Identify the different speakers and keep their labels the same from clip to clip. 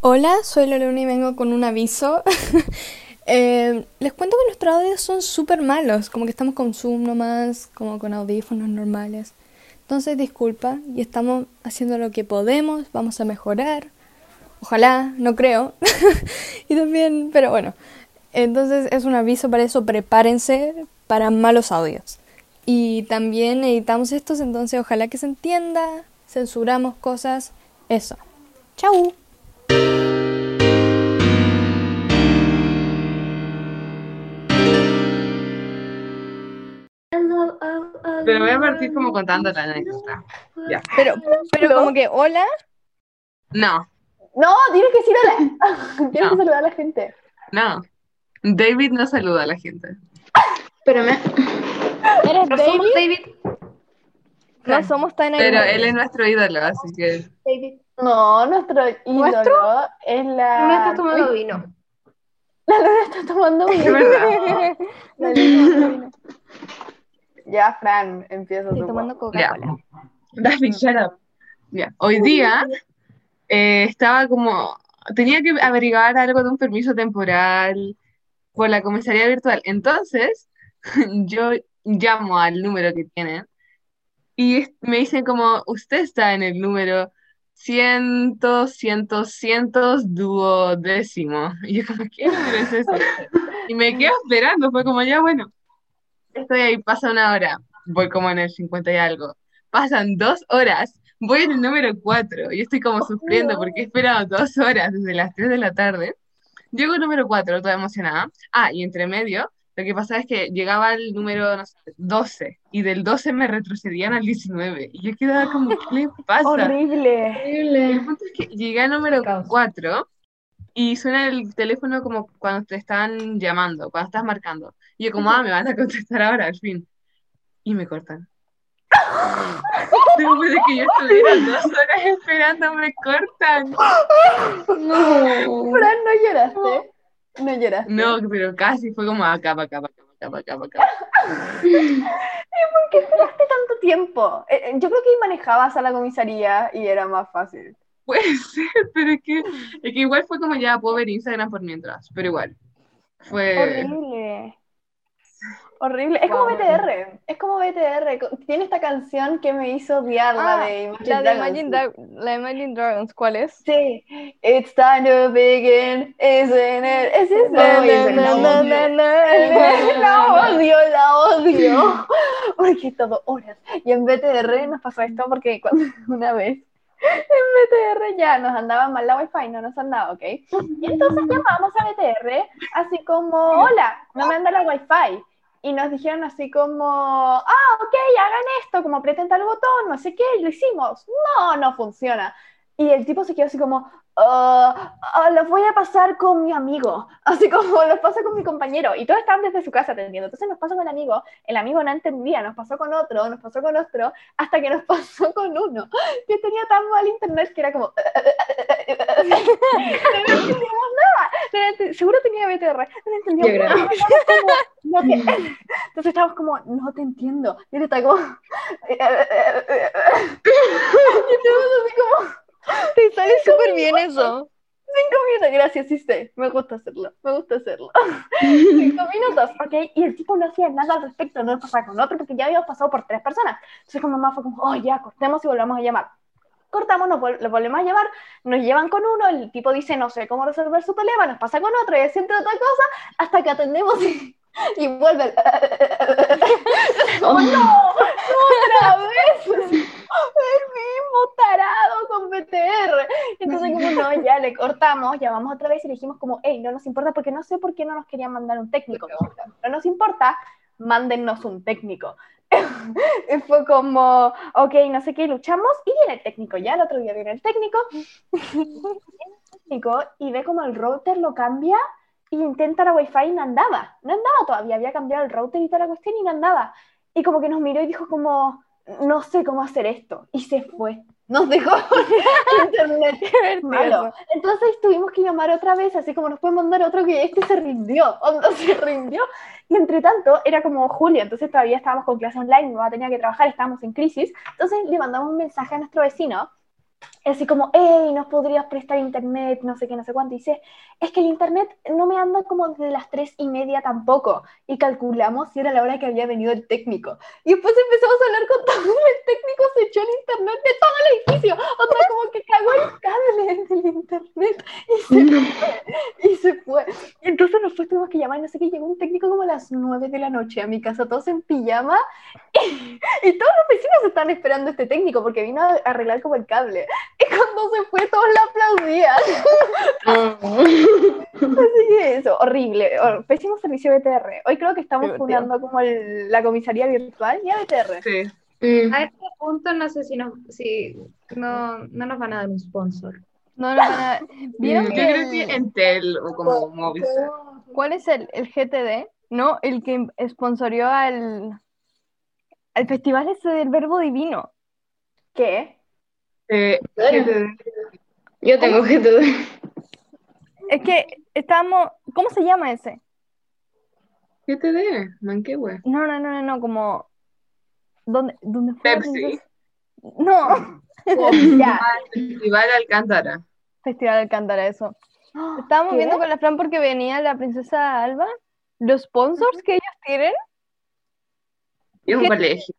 Speaker 1: Hola, soy Lorena y vengo con un aviso. Eh, les cuento que nuestros audios son súper malos, como que estamos con Zoom nomás, como con audífonos normales. Entonces, disculpa, y estamos haciendo lo que podemos, vamos a mejorar. Ojalá, no creo. y también, pero bueno. Entonces, es un aviso para eso, prepárense para malos audios. Y también editamos estos, entonces ojalá que se entienda, censuramos cosas, eso. ¡Chao!
Speaker 2: Pero voy a partir como contando la anécdota. Ya.
Speaker 1: Pero, pero como que, hola,
Speaker 2: No,
Speaker 3: No, tienes que decir hola. Tienes
Speaker 2: No.
Speaker 3: que saludar a la gente.
Speaker 2: no. David no saluda a la gente.
Speaker 4: Espérame.
Speaker 1: ¿eres
Speaker 4: ¿No somos
Speaker 1: David?
Speaker 4: David?
Speaker 1: No somos tan
Speaker 2: Pero
Speaker 1: animales.
Speaker 2: él es nuestro ídolo, así que.
Speaker 4: David.
Speaker 3: No, nuestro ídolo es la.
Speaker 4: No estás tomando vino.
Speaker 3: La Luna está tomando
Speaker 2: Es
Speaker 3: vino.
Speaker 2: verdad.
Speaker 3: La Luna está tomando vino. Ya, Fran, empieza pues.
Speaker 1: Estoy
Speaker 3: tu
Speaker 1: tomando
Speaker 2: Ya.
Speaker 1: Coca-Cola.
Speaker 2: David, shut up. Ya. Hoy día eh, estaba como. Tenía que averiguar algo de un permiso temporal por la comisaría virtual. Entonces, yo llamo al número que tienen y es- me dicen como, usted está en el número cientos, cientos, cientos, duodécimo. Y yo como, ¿qué número es ese? Y me quedo esperando, fue como, ya bueno, estoy ahí, pasa una hora, voy como en el 50 y algo. Pasan dos horas, voy en el número 4 y estoy como sufriendo porque he esperado dos horas desde las 3 de la tarde. Llego al número 4, toda emocionada. Ah, y entre medio, lo que pasaba es que llegaba al número no sé, 12 y del 12 me retrocedían al 19 y yo quedaba como, ¿qué le pasa?
Speaker 3: Horrible.
Speaker 2: El punto es que llegué al número
Speaker 4: Caos.
Speaker 2: 4 y suena el teléfono como cuando te están llamando, cuando estás marcando. Y yo como, ah, me van a contestar ahora, al fin. Y me cortan. Después de que yo estuviera dos horas esperando, me cortan.
Speaker 4: No.
Speaker 3: Fran, ¿no lloraste? No lloraste.
Speaker 2: No, pero casi fue como "Ah, acá, acá, acá, acá, acá, acá.
Speaker 3: ¿Por qué esperaste tanto tiempo? Eh, eh, yo creo que manejabas a la comisaría y era más fácil.
Speaker 2: Puede ser, pero es que, es que igual fue como ya puedo ver Instagram por mientras, pero igual. Fue...
Speaker 1: Horrible.
Speaker 3: Horrible. Es como
Speaker 4: Wow.
Speaker 3: BTR. Es como BTR. Co- Tiene esta canción que me hizo odiarla
Speaker 1: Ah,
Speaker 3: de Imagine
Speaker 1: La de
Speaker 3: Dragons.
Speaker 1: Imagine, Dra- la de Imagine Dragons, ¿cuál es?
Speaker 3: Sí. It's time to begin, isn't it? Es eso.
Speaker 4: No, y esa
Speaker 1: Na,
Speaker 4: la
Speaker 1: na, na,
Speaker 4: odio.
Speaker 1: na, na.
Speaker 3: La odio, la odio. Porque todo horas. Y en BTR nos pasó esto porque cuando una vez en BTR ya nos andaba mal la wifi, no nos andaba, ¿ok? Y entonces llamamos a BTR así como, hola, no me anda la wifi. Y nos dijeron así como, ah, ok, hagan esto, como aprieten tal botón, no sé qué, y lo hicimos. No, no funciona. Y el tipo se quedó así como, "Ah, ah, los voy a pasar con mi amigo, así como los paso con mi compañero. Y todos estaban desde su casa atendiendo. Entonces nos pasó con el amigo, el amigo no entendía, nos pasó con otro, nos pasó con otro, hasta que nos pasó con uno, que tenía tan mal internet que era como... "Eh, no entendíamos nada. No ent- Seguro tenía BTR, no entendíamos
Speaker 4: Qué
Speaker 3: nada. Estábamos como, "No te-". Entonces estábamos como, no te entiendo. Y él estaba como... y estábamos así como...
Speaker 1: Te sale súper bien eso.
Speaker 3: Cinco minutos, gracias, sí sé. Me gusta hacerlo, me gusta hacerlo. Cinco minutos, ok. Y el tipo no hacía nada al respecto, no pasaba con otro, porque ya habíamos pasado por tres personas. Entonces, con mamá fue como, oh, ya, cortemos y volvamos a llamar. Cortamos, nos vol- lo volvemos a llamar, nos llevan con uno, el tipo dice, no sé cómo resolver su problema, nos pasa con otro, y es siempre otra cosa, hasta que atendemos y, y vuelve el. como, no, otra vez. El mismo tarado con BTR. Entonces, como no, ya le cortamos, llamamos otra vez y le dijimos, como, hey, no nos importa, porque no sé por qué no nos querían mandar un técnico. No nos importa, mándennos un técnico. Y fue como, ok, no sé qué, luchamos y viene el técnico. Ya el otro día viene el técnico. Viene el técnico y ve como el router lo cambia y intenta la wifi y no andaba. No andaba todavía, había cambiado el router y toda la cuestión y no andaba. Y como que nos miró y dijo como, no sé cómo hacer esto. Y se fue. Nos dejó sin internet. Malo. Entonces tuvimos que llamar otra vez, así como nos pueden mandar otro que este se rindió, onda se rindió. Y entre tanto, era como julio, entonces todavía estábamos con clase online, mi mamá tenía que trabajar, estábamos en crisis. Entonces le mandamos un mensaje a nuestro vecino, Y así como, hey, ¿nos podrías prestar internet? No sé qué, no sé cuánto. Y dice, es que el internet no me anda como desde las tres y media tampoco. Y calculamos si era la hora que había venido el técnico. Y después empezamos a hablar con todo el técnico, se echó el internet de todo el edificio. O sea, como que cagó el cable del internet y se fue. Y se fue. Entonces después tuvimos que llamar, no sé qué, llegó un técnico como a las nueve de la noche a mi casa, todos en pijama. Y, y todos los vecinos estaban esperando a este técnico porque vino a arreglar como el cable. Y cuando se fue, todos le aplaudían. Así que Pues eso, horrible, hor- pésimo servicio BTR. Hoy creo que estamos
Speaker 1: Divertido.
Speaker 3: fundando como el- la comisaría virtual y a BTR.
Speaker 2: Sí.
Speaker 4: Mm.
Speaker 5: A este punto no sé si, nos, si no, no nos van a dar un sponsor.
Speaker 1: No, no, no. ¿Vieron
Speaker 2: Mm, Yo
Speaker 1: que
Speaker 2: creo que
Speaker 1: el-
Speaker 2: Entel o como Movistar.
Speaker 1: ¿Cuál es el, el GTD? No, el que sponsorió al, al festival ese del verbo divino.
Speaker 3: ¿Qué?
Speaker 2: Eh, GTD.
Speaker 4: Yo tengo que todo.
Speaker 1: Es que estábamos. ¿Cómo se llama ese?
Speaker 2: GTD, Manquehue.
Speaker 1: No, no, no, no, no, como. ¿Dónde, dónde fue?
Speaker 2: Pepsi.
Speaker 1: No,
Speaker 3: Ya.
Speaker 2: Festival Alcántara.
Speaker 1: Festival de Alcántara, eso. Estábamos
Speaker 3: ¿Qué?
Speaker 1: viendo con la Fran porque venía la princesa Alba. Los sponsors que ellos tienen
Speaker 2: Es un
Speaker 1: ¿Qué?
Speaker 2: colegio.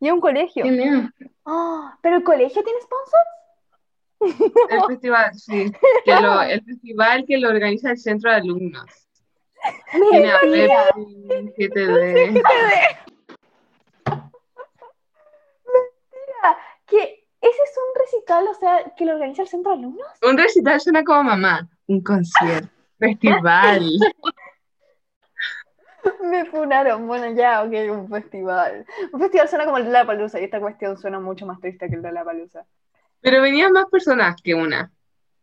Speaker 1: y un colegio.
Speaker 4: Dios mío.
Speaker 3: Ah, ¿Pero el colegio tiene sponsor?
Speaker 2: El festival, sí. Que lo- el festival que lo organiza el centro de alumnos. Tiene a
Speaker 3: Mentira.
Speaker 2: Pepsi, GTD.
Speaker 3: ¿Que ese es un recital, o sea, que lo organiza el centro de alumnos?
Speaker 2: Un recital suena como mamá. Un concierto. Festival.
Speaker 3: Me funaron, bueno, ya, ok, un festival. Un festival suena como el Lollapalooza y esta cuestión suena mucho más triste que el Lollapalooza.
Speaker 2: Pero venían más personas que una.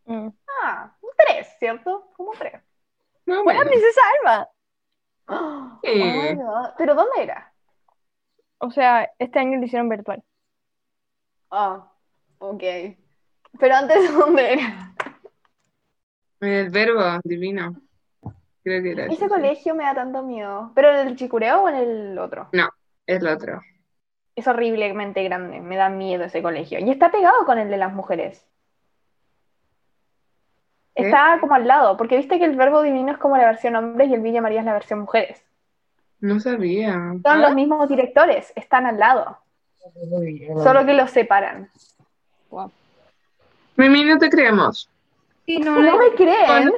Speaker 1: Mm.
Speaker 3: Ah, un tres, ¿cierto? Como tres.
Speaker 2: No,
Speaker 1: Fue la
Speaker 2: bueno.
Speaker 1: princesa Alba.
Speaker 3: Ah,
Speaker 2: Sí.
Speaker 3: oh my God. ¿Pero dónde era?
Speaker 1: O sea, este año lo hicieron virtual.
Speaker 3: Ah, ok. Pero antes, ¿dónde era?
Speaker 2: El verbo divino. Creo que era
Speaker 3: Ese
Speaker 2: ese.
Speaker 3: colegio me da tanto miedo. ¿Pero en el Chicureo o en el otro?
Speaker 2: Es lo otro.
Speaker 3: Es horriblemente grande, me da miedo ese colegio. Y está pegado con el de las mujeres.
Speaker 2: ¿Qué?
Speaker 3: Está como al lado, porque viste que el verbo divino es como la versión hombres y el Villa María es la versión mujeres.
Speaker 2: No sabía.
Speaker 3: Son los mismos directores, están al lado, solo que los separan.
Speaker 2: Mimi, no te creemos.
Speaker 5: Sí, no,
Speaker 3: ¿No me creen?
Speaker 2: Bueno.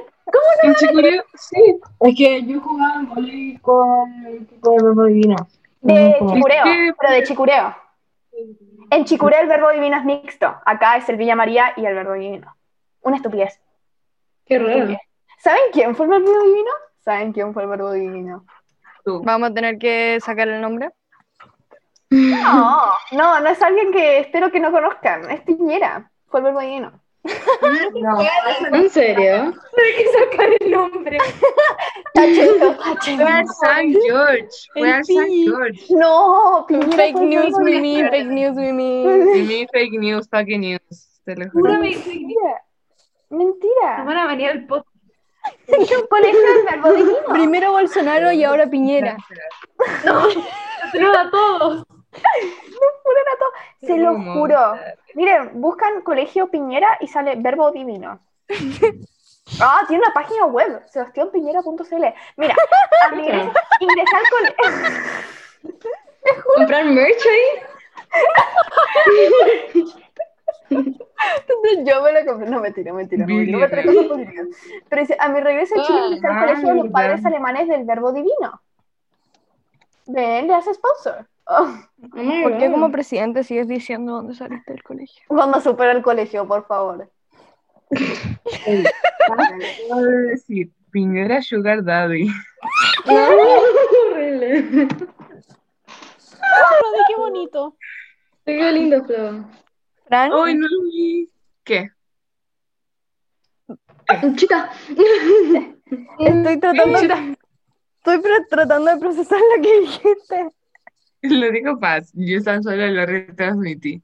Speaker 2: En Chicureo, sí.
Speaker 6: Es que yo jugaba en volei con el equipo de Verbo Divino.
Speaker 3: De
Speaker 6: Ujú.
Speaker 3: Chicureo,
Speaker 2: Sí.
Speaker 3: pero de Chicureo. En Chicureo el verbo divino es mixto, acá es el Villa María y el verbo divino. Una estupidez.
Speaker 4: Qué
Speaker 3: una
Speaker 4: raro.
Speaker 3: estupidez. ¿Saben quién fue el verbo divino? ¿Saben quién fue el verbo divino?
Speaker 2: Tú.
Speaker 1: Vamos a tener que sacar el nombre.
Speaker 3: No, no, no es alguien que espero que no conozcan, es Piñera, fue el verbo divino.
Speaker 4: ¿En serio?
Speaker 3: Ah, Tachenlo, tachenlo.
Speaker 2: Fue al San George. Fue
Speaker 1: El
Speaker 2: al San
Speaker 1: pi.
Speaker 2: George.
Speaker 3: No, Piñera
Speaker 1: Fake
Speaker 3: fue el
Speaker 1: news,
Speaker 3: verbo
Speaker 1: Mimi,
Speaker 3: divino.
Speaker 1: fake news, Mimi.
Speaker 2: Mimi, fake news, fake news. Te lo juro.
Speaker 3: Mentira. Mentira.
Speaker 5: van a venir al podcast.
Speaker 3: colegio del verbo divino.
Speaker 1: Primero Bolsonaro y ahora Piñera.
Speaker 5: Pero a todos.
Speaker 3: Juran a todo- Se lo
Speaker 2: Como-
Speaker 3: juro. Miren, buscan colegio Piñera y sale verbo divino. Ah, tiene una página web, sebastianpiñera.cl. Mira, amigos, ingresar al colegio.
Speaker 4: ¿Comprar merch ahí?
Speaker 3: Entonces yo me lo compré. No, mentira, mentira. No, no me trae cosas positivas. Pero dice, a mi regreso a Chile ingresé al colegio de los padres alemanes del verbo divino. Ven, le hace sponsor. Oh,
Speaker 4: Oh my
Speaker 1: ¿Por qué
Speaker 4: God.
Speaker 1: como presidente sigues diciendo dónde saliste del colegio?
Speaker 3: cuando supera el colegio, por favor.
Speaker 2: Acabo de decir, Piñera Sugar Daddy.
Speaker 4: horrible.
Speaker 1: qué bonito.
Speaker 4: Qué lindo, Flo.
Speaker 1: Fran,
Speaker 2: Ay, no lo vi. ¿Qué?
Speaker 4: Chica.
Speaker 1: estoy tratando, estoy pro- tratando de procesar lo que dijiste.
Speaker 2: Lo dijo Paz. Yo tan solo lo retransmití.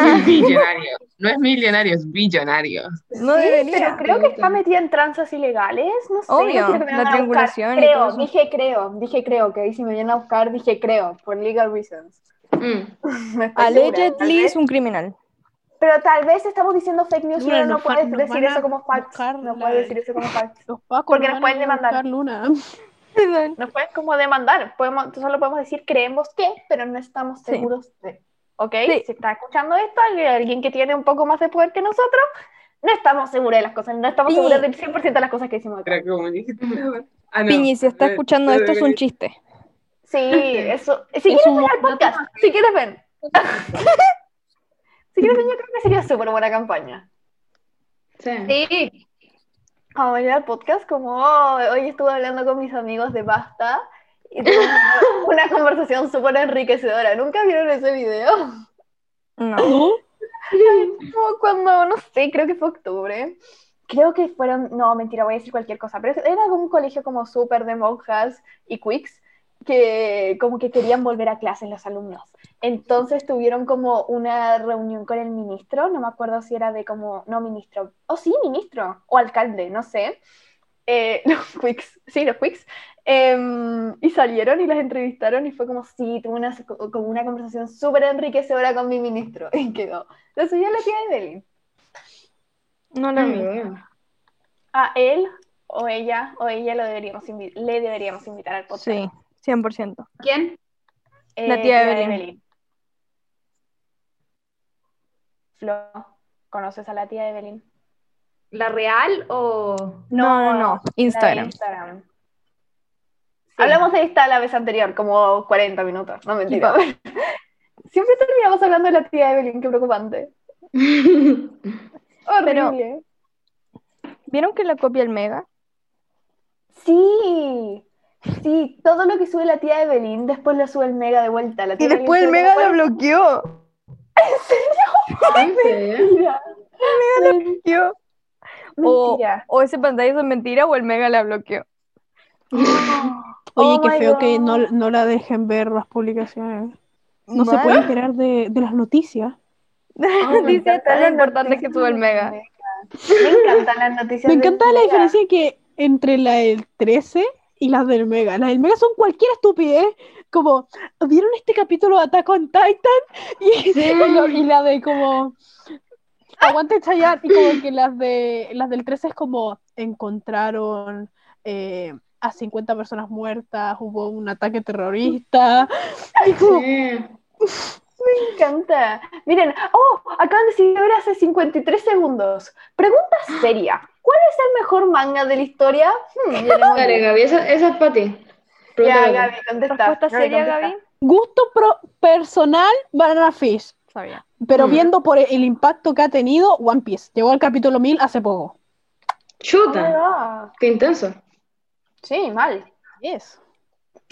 Speaker 2: el billonario. No es millonario, es billonario.
Speaker 1: No
Speaker 3: Sí,
Speaker 1: debería.
Speaker 3: pero creo que está metida en tranzas ilegales, no sé.
Speaker 1: Obvio,
Speaker 3: no quiero que me
Speaker 1: la
Speaker 3: vengan a buscar.
Speaker 1: triangulación y todo
Speaker 3: Creo,
Speaker 1: eso.
Speaker 3: dije creo, dije creo, que ahí si me vienen a buscar, dije creo, por legal reasons.
Speaker 4: Mm.
Speaker 3: No estoy segura, tal
Speaker 1: Allegedly
Speaker 3: vez.
Speaker 1: es un criminal.
Speaker 3: Pero tal vez estamos diciendo fake news y
Speaker 7: Luna,
Speaker 3: uno no
Speaker 7: nos van-
Speaker 3: puede
Speaker 7: nos
Speaker 3: decir
Speaker 7: van a
Speaker 3: eso como facts.
Speaker 7: buscar
Speaker 3: No
Speaker 7: la-
Speaker 3: puede decir eso como facts.
Speaker 7: Los pacos
Speaker 3: Porque
Speaker 7: nos
Speaker 3: nos
Speaker 7: van a
Speaker 3: pueden demandar.
Speaker 7: buscar, Luna.
Speaker 1: Perdón.
Speaker 3: Nos pueden como demandar. Podemos, solo podemos decir creemos que, pero no estamos
Speaker 1: Sí.
Speaker 3: seguros de. ¿Ok?
Speaker 1: Sí.
Speaker 3: Si está escuchando esto, alguien- alguien que tiene un poco más de poder que nosotros, no estamos seguros de las cosas. No estamos
Speaker 1: Sí.
Speaker 3: seguros del 100% de las cosas que decimos acá.
Speaker 2: Era como dijiste. Ah, no.
Speaker 1: Piñi, si está escuchando
Speaker 2: Eh,
Speaker 1: esto, es un chiste.
Speaker 3: Sí, eso. Si quieres venir al podcast, si quieres ven. si quieres ven, yo creo que sería súper buena campaña.
Speaker 4: Sí.
Speaker 5: Sí,
Speaker 3: Vamos a venir al podcast como oh, hoy estuve hablando con mis amigos de Basta y tuvimos una conversación súper enriquecedora. ¿Nunca vieron ese video?
Speaker 1: No.
Speaker 3: Como cuando, no sé, creo que fue octubre. Creo que fueron, no, mentira, voy a decir cualquier cosa, pero era un colegio como súper de monjas y quicks que como que querían volver a clases los alumnos. Entonces tuvieron como una reunión con el ministro, no me acuerdo si era de como, no ministro, o sí, ministro, o alcalde, no sé. Eh, los quicks, sí, los quicks. Em, y salieron y las entrevistaron y fue como, sí, tuve una, como una conversación súper enriquecedora con mi ministro. Y quedó. Lo subió la tía de Evelyn.
Speaker 1: No la
Speaker 4: Ay,
Speaker 1: vi.
Speaker 4: bueno.
Speaker 3: A él o ella o ella lo deberíamos invi- le deberíamos invitar al podcast.
Speaker 1: Sí, 100%.
Speaker 5: ¿quién?
Speaker 3: Eh,
Speaker 1: la tía Evelyn.
Speaker 3: Flo, ¿conoces a la tía Evelyn?
Speaker 5: ¿La real o...?
Speaker 1: No, no,
Speaker 3: la
Speaker 1: no.
Speaker 3: de
Speaker 1: Instagram.
Speaker 3: Instagram. Hablamos de esta la vez anterior, como 40 minutos, no mentira. Siempre terminamos hablando de la tía Evelyn, qué preocupante. Horrible.
Speaker 1: ¿Vieron que la copia el Mega?
Speaker 3: Sí, sí, todo lo que sube la tía Evelyn, después lo sube el Mega de vuelta. La tía
Speaker 1: Y
Speaker 3: Evelyn
Speaker 1: después el
Speaker 3: sube
Speaker 1: Mega
Speaker 3: como
Speaker 1: la bloqueó.
Speaker 4: ¿En serio?
Speaker 3: Mentira.
Speaker 1: Yo- O,
Speaker 3: Mentira.
Speaker 1: o ese pantallazo es mentira o el Mega la bloqueó.
Speaker 3: Oh
Speaker 7: Oye, qué
Speaker 3: my
Speaker 7: feo que no,
Speaker 3: God.
Speaker 7: no la dejen ver las publicaciones. No se
Speaker 1: Mal.
Speaker 7: puede enterar de, de las noticias.
Speaker 3: Me
Speaker 1: Dice,
Speaker 3: encantan
Speaker 1: tan
Speaker 3: las
Speaker 1: importante que
Speaker 3: noticias
Speaker 1: sube el Mega.
Speaker 3: del Mega. Me encantan las noticias
Speaker 7: Me
Speaker 3: del
Speaker 7: encanta la
Speaker 3: Mega.
Speaker 7: diferencia que entre la del 13 y las del Mega. Las del Mega son cualquier estupidez. Como, ¿vieron este capítulo de Attack on Titan? Y, y lo- y la de como, aguante Chayanne. Y como que las, de, las del 13 es como, encontraron eh, a 50 personas muertas, hubo un ataque terrorista. Y como,
Speaker 4: Sí.
Speaker 3: Me encanta. Miren, oh, acaban de seguir ahora hace 53 segundos. Pregunta seria. ¿Cuál es el mejor manga de la historia? Hmm, ya le hemos
Speaker 4: Dale, Gaby, esa, esa es para ti.
Speaker 3: Ya,
Speaker 4: Pregúntale.
Speaker 3: Gaby, contesta.
Speaker 1: Respuesta
Speaker 3: Gaby,
Speaker 1: seria,
Speaker 3: contesta.
Speaker 1: Gaby.
Speaker 7: Gusto pro- personal, Banana Fish.
Speaker 1: Sabía.
Speaker 7: Pero
Speaker 4: Mm.
Speaker 7: viendo por el impacto que ha tenido One Piece. Llegó al capítulo 1000 hace poco.
Speaker 3: Oh my
Speaker 4: Chuta,
Speaker 3: God.
Speaker 4: qué intenso.
Speaker 3: Sí, mal.
Speaker 7: Yes.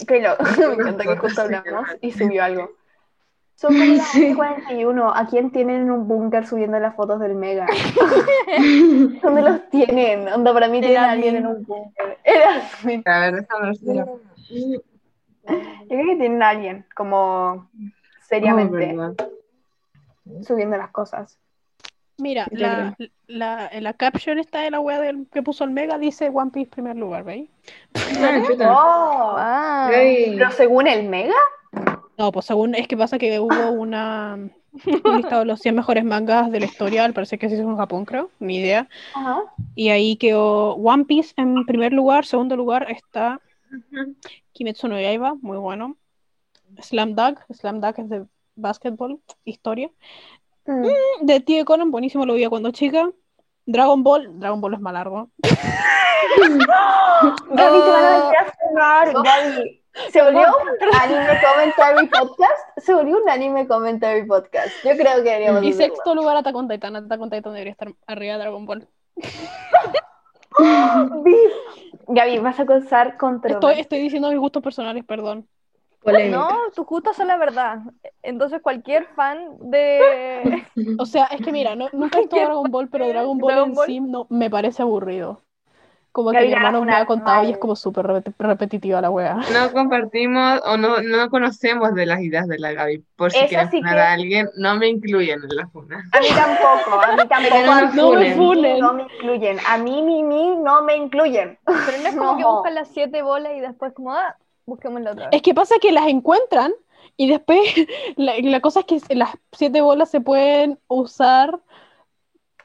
Speaker 3: Que lo- Me encanta que justo hablamos y subió algo. Son como las
Speaker 4: Sí.
Speaker 3: 41. ¿A quién tienen en un búnker subiendo las fotos del Mega? ¿Dónde los tienen? Onda, para mí tienen a alguien en un búnker. Era Yo
Speaker 2: A ver, déjame ver si lo-
Speaker 3: creo que tienen a alguien, como seriamente,
Speaker 2: Oh, verdad.
Speaker 3: subiendo las cosas.
Speaker 7: Mira,
Speaker 4: Yo
Speaker 7: la, la, la caption esta de la wea del- que puso el Mega dice One Piece primer lugar, ¿veis?
Speaker 4: Ah, chuta.
Speaker 3: ¡Oh!
Speaker 1: Ah,
Speaker 4: Gaby.
Speaker 3: Pero según el Mega,
Speaker 7: No, pues según es que pasa que hubo una un listado de los 100 mejores mangas de la historia, al parecer que se hizo en Japón, creo, ni idea.
Speaker 3: Ajá.
Speaker 7: Y ahí quedó One Piece en primer lugar, segundo lugar está Kimetsu no Yaiba, muy bueno. Slam Dunk, Slam Dunk es de básquetbol, historia.
Speaker 3: Mm.
Speaker 7: De T.V. Conan, buenísimo, lo veía cuando chica. Dragon Ball, Dragon Ball es más largo.
Speaker 3: Gaby, te van a venir a fumar, Gaby. Oh. Se volvió un anime commentary podcast. Se volvió un anime commentary podcast. Yo creo que deberíamos
Speaker 7: Mi
Speaker 3: hacerlo.
Speaker 7: sexto lugar, Attack on Titan. Attack on Titan debería estar arriba de Dragon Ball.
Speaker 3: Beef. Gaby, vas a causar
Speaker 7: Estoy,
Speaker 3: controversia.
Speaker 7: estoy diciendo mis gustos personales, perdón.
Speaker 4: Polémica.
Speaker 1: no, tus gustos son la verdad. Entonces cualquier fan de...
Speaker 7: O sea, es que mira, no, nunca he visto Dragon Ball, pero Dragon Ball
Speaker 1: Dragon
Speaker 7: en
Speaker 1: Ball.
Speaker 7: sí no, me parece aburrido. Como que
Speaker 3: Gaby,
Speaker 7: mi
Speaker 3: ya la
Speaker 7: hermano me
Speaker 3: funaron,
Speaker 7: ha contado y
Speaker 3: mal.
Speaker 7: es como súper repet- repetitiva la wea.
Speaker 2: No compartimos o no, no conocemos de las ideas de la Gaby. Por si
Speaker 3: Eso
Speaker 2: quieren
Speaker 3: sí
Speaker 2: funar
Speaker 3: que-
Speaker 2: a alguien, no me incluyen en la funa.
Speaker 3: A mí tampoco, a mí tampoco.
Speaker 4: no nos
Speaker 3: A mí
Speaker 4: funen.
Speaker 3: No me incluyen. A mí, mi, mi, no me incluyen.
Speaker 1: Pero no es como que
Speaker 3: No.
Speaker 1: buscan las siete bolas y después como, ah, busquemos la otra.
Speaker 7: Es que pasa que las encuentran Y después, la, la cosa es que las siete bolas se pueden usar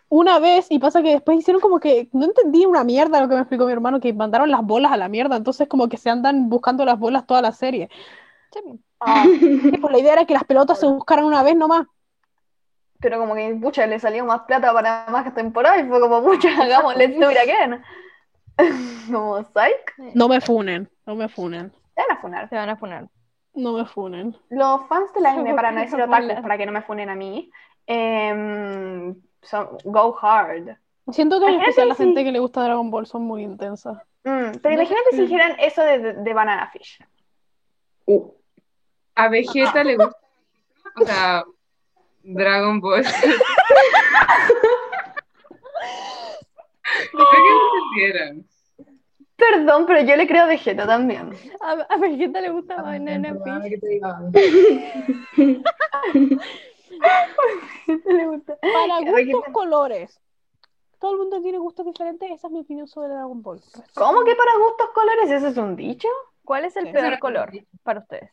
Speaker 7: una vez y pasa que después hicieron como que, no entendí una mierda lo que me explicó mi hermano, que mandaron las bolas a la mierda, entonces como que se andan buscando las bolas toda la serie.
Speaker 3: Ah,
Speaker 7: Y pues la idea era que las pelotas se buscaran una vez nomás.
Speaker 3: pero como que, pucha, le salió más plata para más temporada y fue como, pucha, hagamos Let's Do It Again. Como, psych,
Speaker 7: No me funen, no me funen,
Speaker 3: te van a funar.
Speaker 1: Se van a poner.
Speaker 7: no me funen.
Speaker 3: Los fans del anime, para no decir
Speaker 1: Bolas.
Speaker 3: otakus, para que no me funen a mí, em, son- go hard.
Speaker 7: Siento que en
Speaker 3: Imagínate
Speaker 7: especial la
Speaker 3: si-
Speaker 7: gente que le gusta Dragon Ball son muy intensas.
Speaker 3: Mm, pero imagínate si dijeran eso de, de, de Banana Fish. Uh.
Speaker 2: A Vegeta le gusta. O sea, Dragon Ball. Creo que me entendieron.
Speaker 3: Perdón, pero yo le creo a Vegeta también.
Speaker 1: A, a Vegeta le gusta Banana Fish.
Speaker 3: Le gusta.
Speaker 7: Para
Speaker 3: Oye,
Speaker 7: gustos
Speaker 3: pero-
Speaker 7: colores. Todo el mundo tiene gustos diferentes, esa es mi opinión sobre Dragon Ball.
Speaker 3: ¿Cómo que para gustos colores? ¿Eso es un dicho?
Speaker 1: ¿Cuál es el
Speaker 7: Sí.
Speaker 1: peor color para ustedes?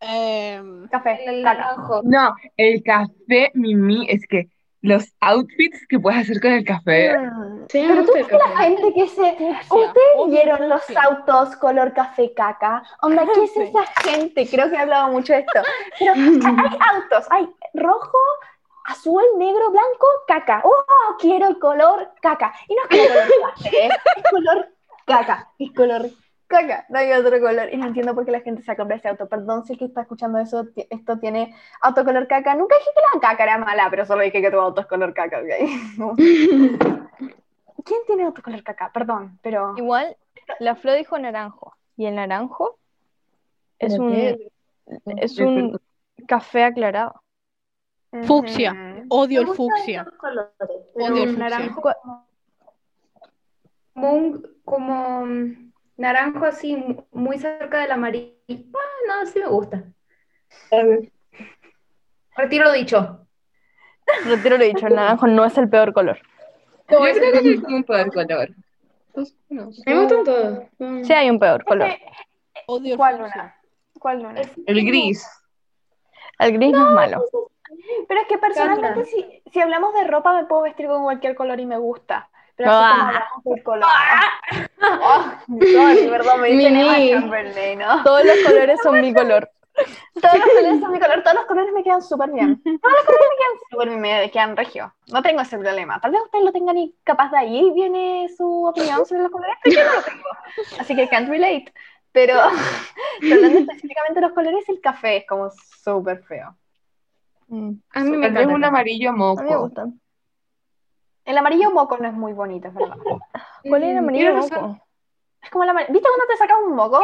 Speaker 7: Em,
Speaker 3: Café,
Speaker 5: El
Speaker 3: caca.
Speaker 5: rojo.
Speaker 2: No, el café, Mimi, es que los outfits que puedes hacer con el café.
Speaker 3: Mm.
Speaker 4: Sí, me
Speaker 3: Pero tú
Speaker 4: gusta el
Speaker 3: viste la
Speaker 4: café.
Speaker 3: gente que se...
Speaker 7: Fucsia,
Speaker 3: ¿Ustedes
Speaker 7: obvio
Speaker 3: vieron los
Speaker 7: fucsia.
Speaker 3: autos color café caca? Onda, ¿qué es
Speaker 7: Sí.
Speaker 3: esa gente? Creo que he hablado mucho de esto. Pero hay autos, hay rojo, azul, negro, blanco, caca. ¡Oh, quiero el color caca! Y no es color café, es color caca, es color caca, no hay otro color. Y no entiendo por qué la gente se compra ese auto. Perdón si el que está escuchando eso, ti- esto tiene auto color caca. Nunca dije que la caca era mala, pero solo dije que tu auto es color caca, ¿ok? No. ¿Quién tiene auto color caca? Perdón, pero...
Speaker 1: Igual, la Flo dijo naranjo. Y el naranjo es
Speaker 4: ¿Pero
Speaker 1: un,
Speaker 4: qué?
Speaker 1: es un café aclarado.
Speaker 7: Fucsia.
Speaker 3: Ujú.
Speaker 7: Odio
Speaker 3: Me
Speaker 7: el
Speaker 3: gustan
Speaker 7: fucsia.
Speaker 3: esos colores, pero
Speaker 7: Odio el fucsia.
Speaker 3: naranjo.
Speaker 5: Como, un- como mm, naranjo así, mu- muy cerca del amarillo. Ah, no, sí me gusta. Retiro lo dicho.
Speaker 1: Retiro lo dicho, el naranjo no es el peor color.
Speaker 2: Yo creo que soy como un poder color. Entonces, no sé.
Speaker 4: Me gustan todos. Mm.
Speaker 1: Sí hay un peor color.
Speaker 7: Odio el
Speaker 3: ¿Cuál
Speaker 7: fucsia.
Speaker 3: luna? ¿Cuál luna?
Speaker 2: El gris.
Speaker 1: El gris no es malo.
Speaker 3: Pero es que personalmente, si, si hablamos de ropa, me puedo vestir con cualquier color y me gusta. Pero así como
Speaker 1: Ah.
Speaker 3: hablamos del color. Oh, sorry, perdón, me dicen
Speaker 4: Mimi.
Speaker 3: Emma Chamberlain, ¿no?
Speaker 1: Todos los colores son mi color.
Speaker 3: Todos los colores son mi color, todos los colores me quedan súper bien. Todos los colores me quedan súper bien, me quedan regio. No tengo ese problema. Tal vez ustedes lo tengan y capaz de ahí viene su opinión sobre los colores, pero yo no lo tengo. Así que can't relate. Pero hablando específicamente de los colores, el café es como súper feo.
Speaker 1: Mm,
Speaker 5: A mí me
Speaker 2: Tal vez
Speaker 5: encanta.
Speaker 2: un amarillo
Speaker 1: a mí me
Speaker 2: moco.
Speaker 1: gustan.
Speaker 3: El amarillo moco no es muy bonito, es verdad.
Speaker 1: ¿Cuál es el amarillo
Speaker 5: Tienes razón.
Speaker 1: moco?
Speaker 3: Es como la mar- ¿Viste cuando te sacas un moco?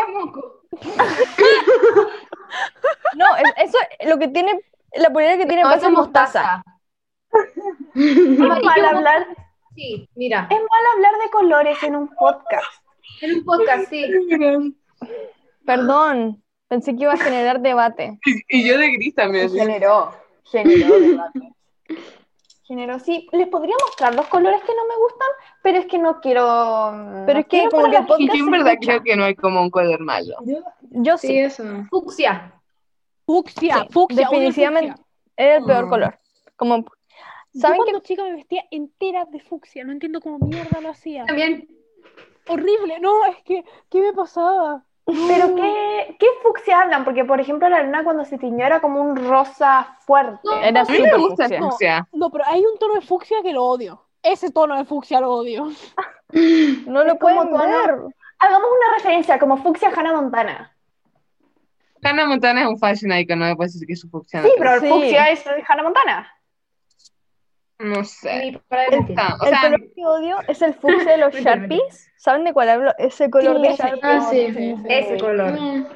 Speaker 1: No, es- eso es lo que tiene, la polera que tiene
Speaker 5: No,
Speaker 1: pasa
Speaker 5: eso es
Speaker 1: mostaza.
Speaker 5: mostaza.
Speaker 3: Es mal hablar,
Speaker 5: Sí, mira.
Speaker 3: es mal hablar de colores en un podcast.
Speaker 5: En un podcast, sí.
Speaker 1: Perdón, pensé que iba a generar debate.
Speaker 2: Y, y yo de gris también.
Speaker 3: Generó, generó debate. Generó, sí, les podría mostrar los colores que no me gustan, pero es que no quiero. mm,
Speaker 1: Pero
Speaker 3: no
Speaker 1: es que
Speaker 3: quiero
Speaker 1: como que
Speaker 3: para
Speaker 1: el
Speaker 3: la-
Speaker 2: Y
Speaker 1: podcast
Speaker 2: yo en
Speaker 1: se
Speaker 2: verdad
Speaker 1: escucha.
Speaker 2: creo que no hay como un color malo.
Speaker 1: Yo
Speaker 4: Sí,
Speaker 1: sí,
Speaker 4: eso.
Speaker 5: Fucsia.
Speaker 7: Fucsia,
Speaker 1: Sí,
Speaker 7: fucsia, odio el
Speaker 1: definitivamente-
Speaker 7: fucsia.
Speaker 1: es el peor
Speaker 2: Mm.
Speaker 1: color. Como
Speaker 7: Yo
Speaker 1: ¿Saben
Speaker 7: cuando chica me vestía entera de fucsia, no entiendo cómo mierda lo hacía.
Speaker 5: También.
Speaker 7: Horrible, no, es que, ¿qué me pasaba?
Speaker 3: Pero qué, qué fucsia hablan, porque por ejemplo la luna cuando se tiñó era como un rosa fuerte.
Speaker 1: era
Speaker 2: A mí me
Speaker 1: súper
Speaker 2: gusta
Speaker 1: fucsia.
Speaker 2: el fucsia.
Speaker 7: No, pero hay un tono de fucsia que lo odio. Ese tono de fucsia lo odio.
Speaker 1: No lo
Speaker 3: Es como
Speaker 1: pueden
Speaker 3: tono-
Speaker 1: ver.
Speaker 3: Hagamos una referencia, como fucsia Hannah Montana.
Speaker 2: Hannah Montana es un fashion icon, no me puedes decir que es un fucsia.
Speaker 3: Sí, pero
Speaker 1: Sí.
Speaker 3: fucsia es Hannah Montana.
Speaker 2: No sé.
Speaker 5: Ni para de mentir.
Speaker 2: Ah, o
Speaker 1: El
Speaker 2: sea,
Speaker 1: color que odio es el fucsia de los Sharpies. ¿Saben de cuál hablo? Ese color de
Speaker 3: ese.
Speaker 1: Sharpies.
Speaker 4: Ah, sí.
Speaker 5: Ese color.
Speaker 4: Mm.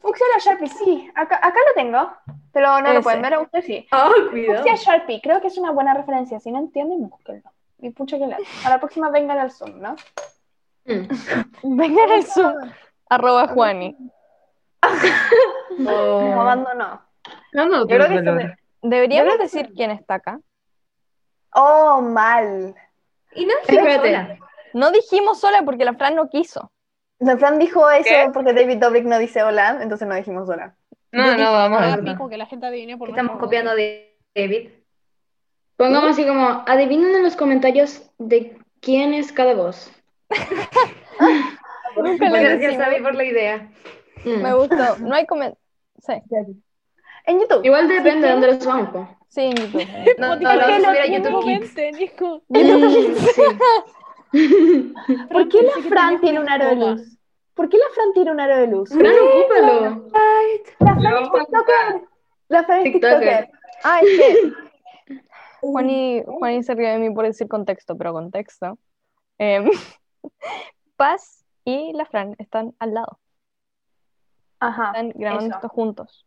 Speaker 3: Fucsia la Sharpie, sí. Acá, acá lo tengo. Pero no
Speaker 1: Ese. Ah,
Speaker 3: lo pueden ver a ustedes, sí.
Speaker 5: Oh, cuidado.
Speaker 3: Fucsia Sharpie, creo que es una buena referencia. Si no entienden, búsquenlo. Y pucha que la. A la próxima vengan al Zoom, ¿no?
Speaker 1: Vengan al Zoom.
Speaker 3: Ah,
Speaker 1: Arroba Juani.
Speaker 3: No abandonó.
Speaker 2: no, no,
Speaker 3: Yo creo que
Speaker 2: color.
Speaker 3: se me-
Speaker 1: Deberíamos decir quién está acá.
Speaker 3: Oh, mal.
Speaker 5: Y no
Speaker 4: Sí, espérate.
Speaker 5: sola.
Speaker 1: No dijimos sola porque la Fran no quiso.
Speaker 3: La Fran dijo eso
Speaker 2: ¿Qué?
Speaker 3: porque David Dobrik no dice hola, entonces no dijimos hola.
Speaker 2: No,
Speaker 7: Yo
Speaker 2: no,
Speaker 7: dije,
Speaker 2: vamos a
Speaker 7: "Ah,
Speaker 2: ver, no".
Speaker 7: pico, que la gente adivine por
Speaker 5: Estamos
Speaker 7: nuestra
Speaker 5: copiando de David.
Speaker 4: Pongamos así como, adivinen en los comentarios de quién es cada voz.
Speaker 7: voz. Nunca lo
Speaker 5: Gracias,
Speaker 7: decimos.
Speaker 5: Abby, por la idea.
Speaker 4: Mm.
Speaker 1: Me gustó. No hay comentarios. Sí,
Speaker 3: En YouTube.
Speaker 4: Igual depende de dónde los vamos. po.
Speaker 1: sí, en YouTube.
Speaker 5: No, no,
Speaker 7: Spotify,
Speaker 5: lo
Speaker 7: que
Speaker 5: vamos a
Speaker 7: lo-
Speaker 5: subir a
Speaker 7: que no
Speaker 5: YouTube Kids.
Speaker 7: comenten, hijo.
Speaker 4: Mm, sí.
Speaker 3: ¿Por qué la
Speaker 7: pensé que
Speaker 3: Fran
Speaker 7: tenías
Speaker 3: tiene un aro de
Speaker 7: copa.
Speaker 3: luz? ¿Por qué la Fran tiene un aro de luz?
Speaker 4: Fran, ocúpalo.
Speaker 3: La Fran es
Speaker 2: Lo vamos a
Speaker 3: TikToker. La Fran es
Speaker 4: TikToker.
Speaker 3: TikToker.
Speaker 1: Ah, es que Juani, Juani se ríe de mí por decir contexto, pero contexto. Em, Paz y la Fran están al lado,
Speaker 3: Ajá.
Speaker 1: están grabando
Speaker 3: eso.
Speaker 1: esto juntos.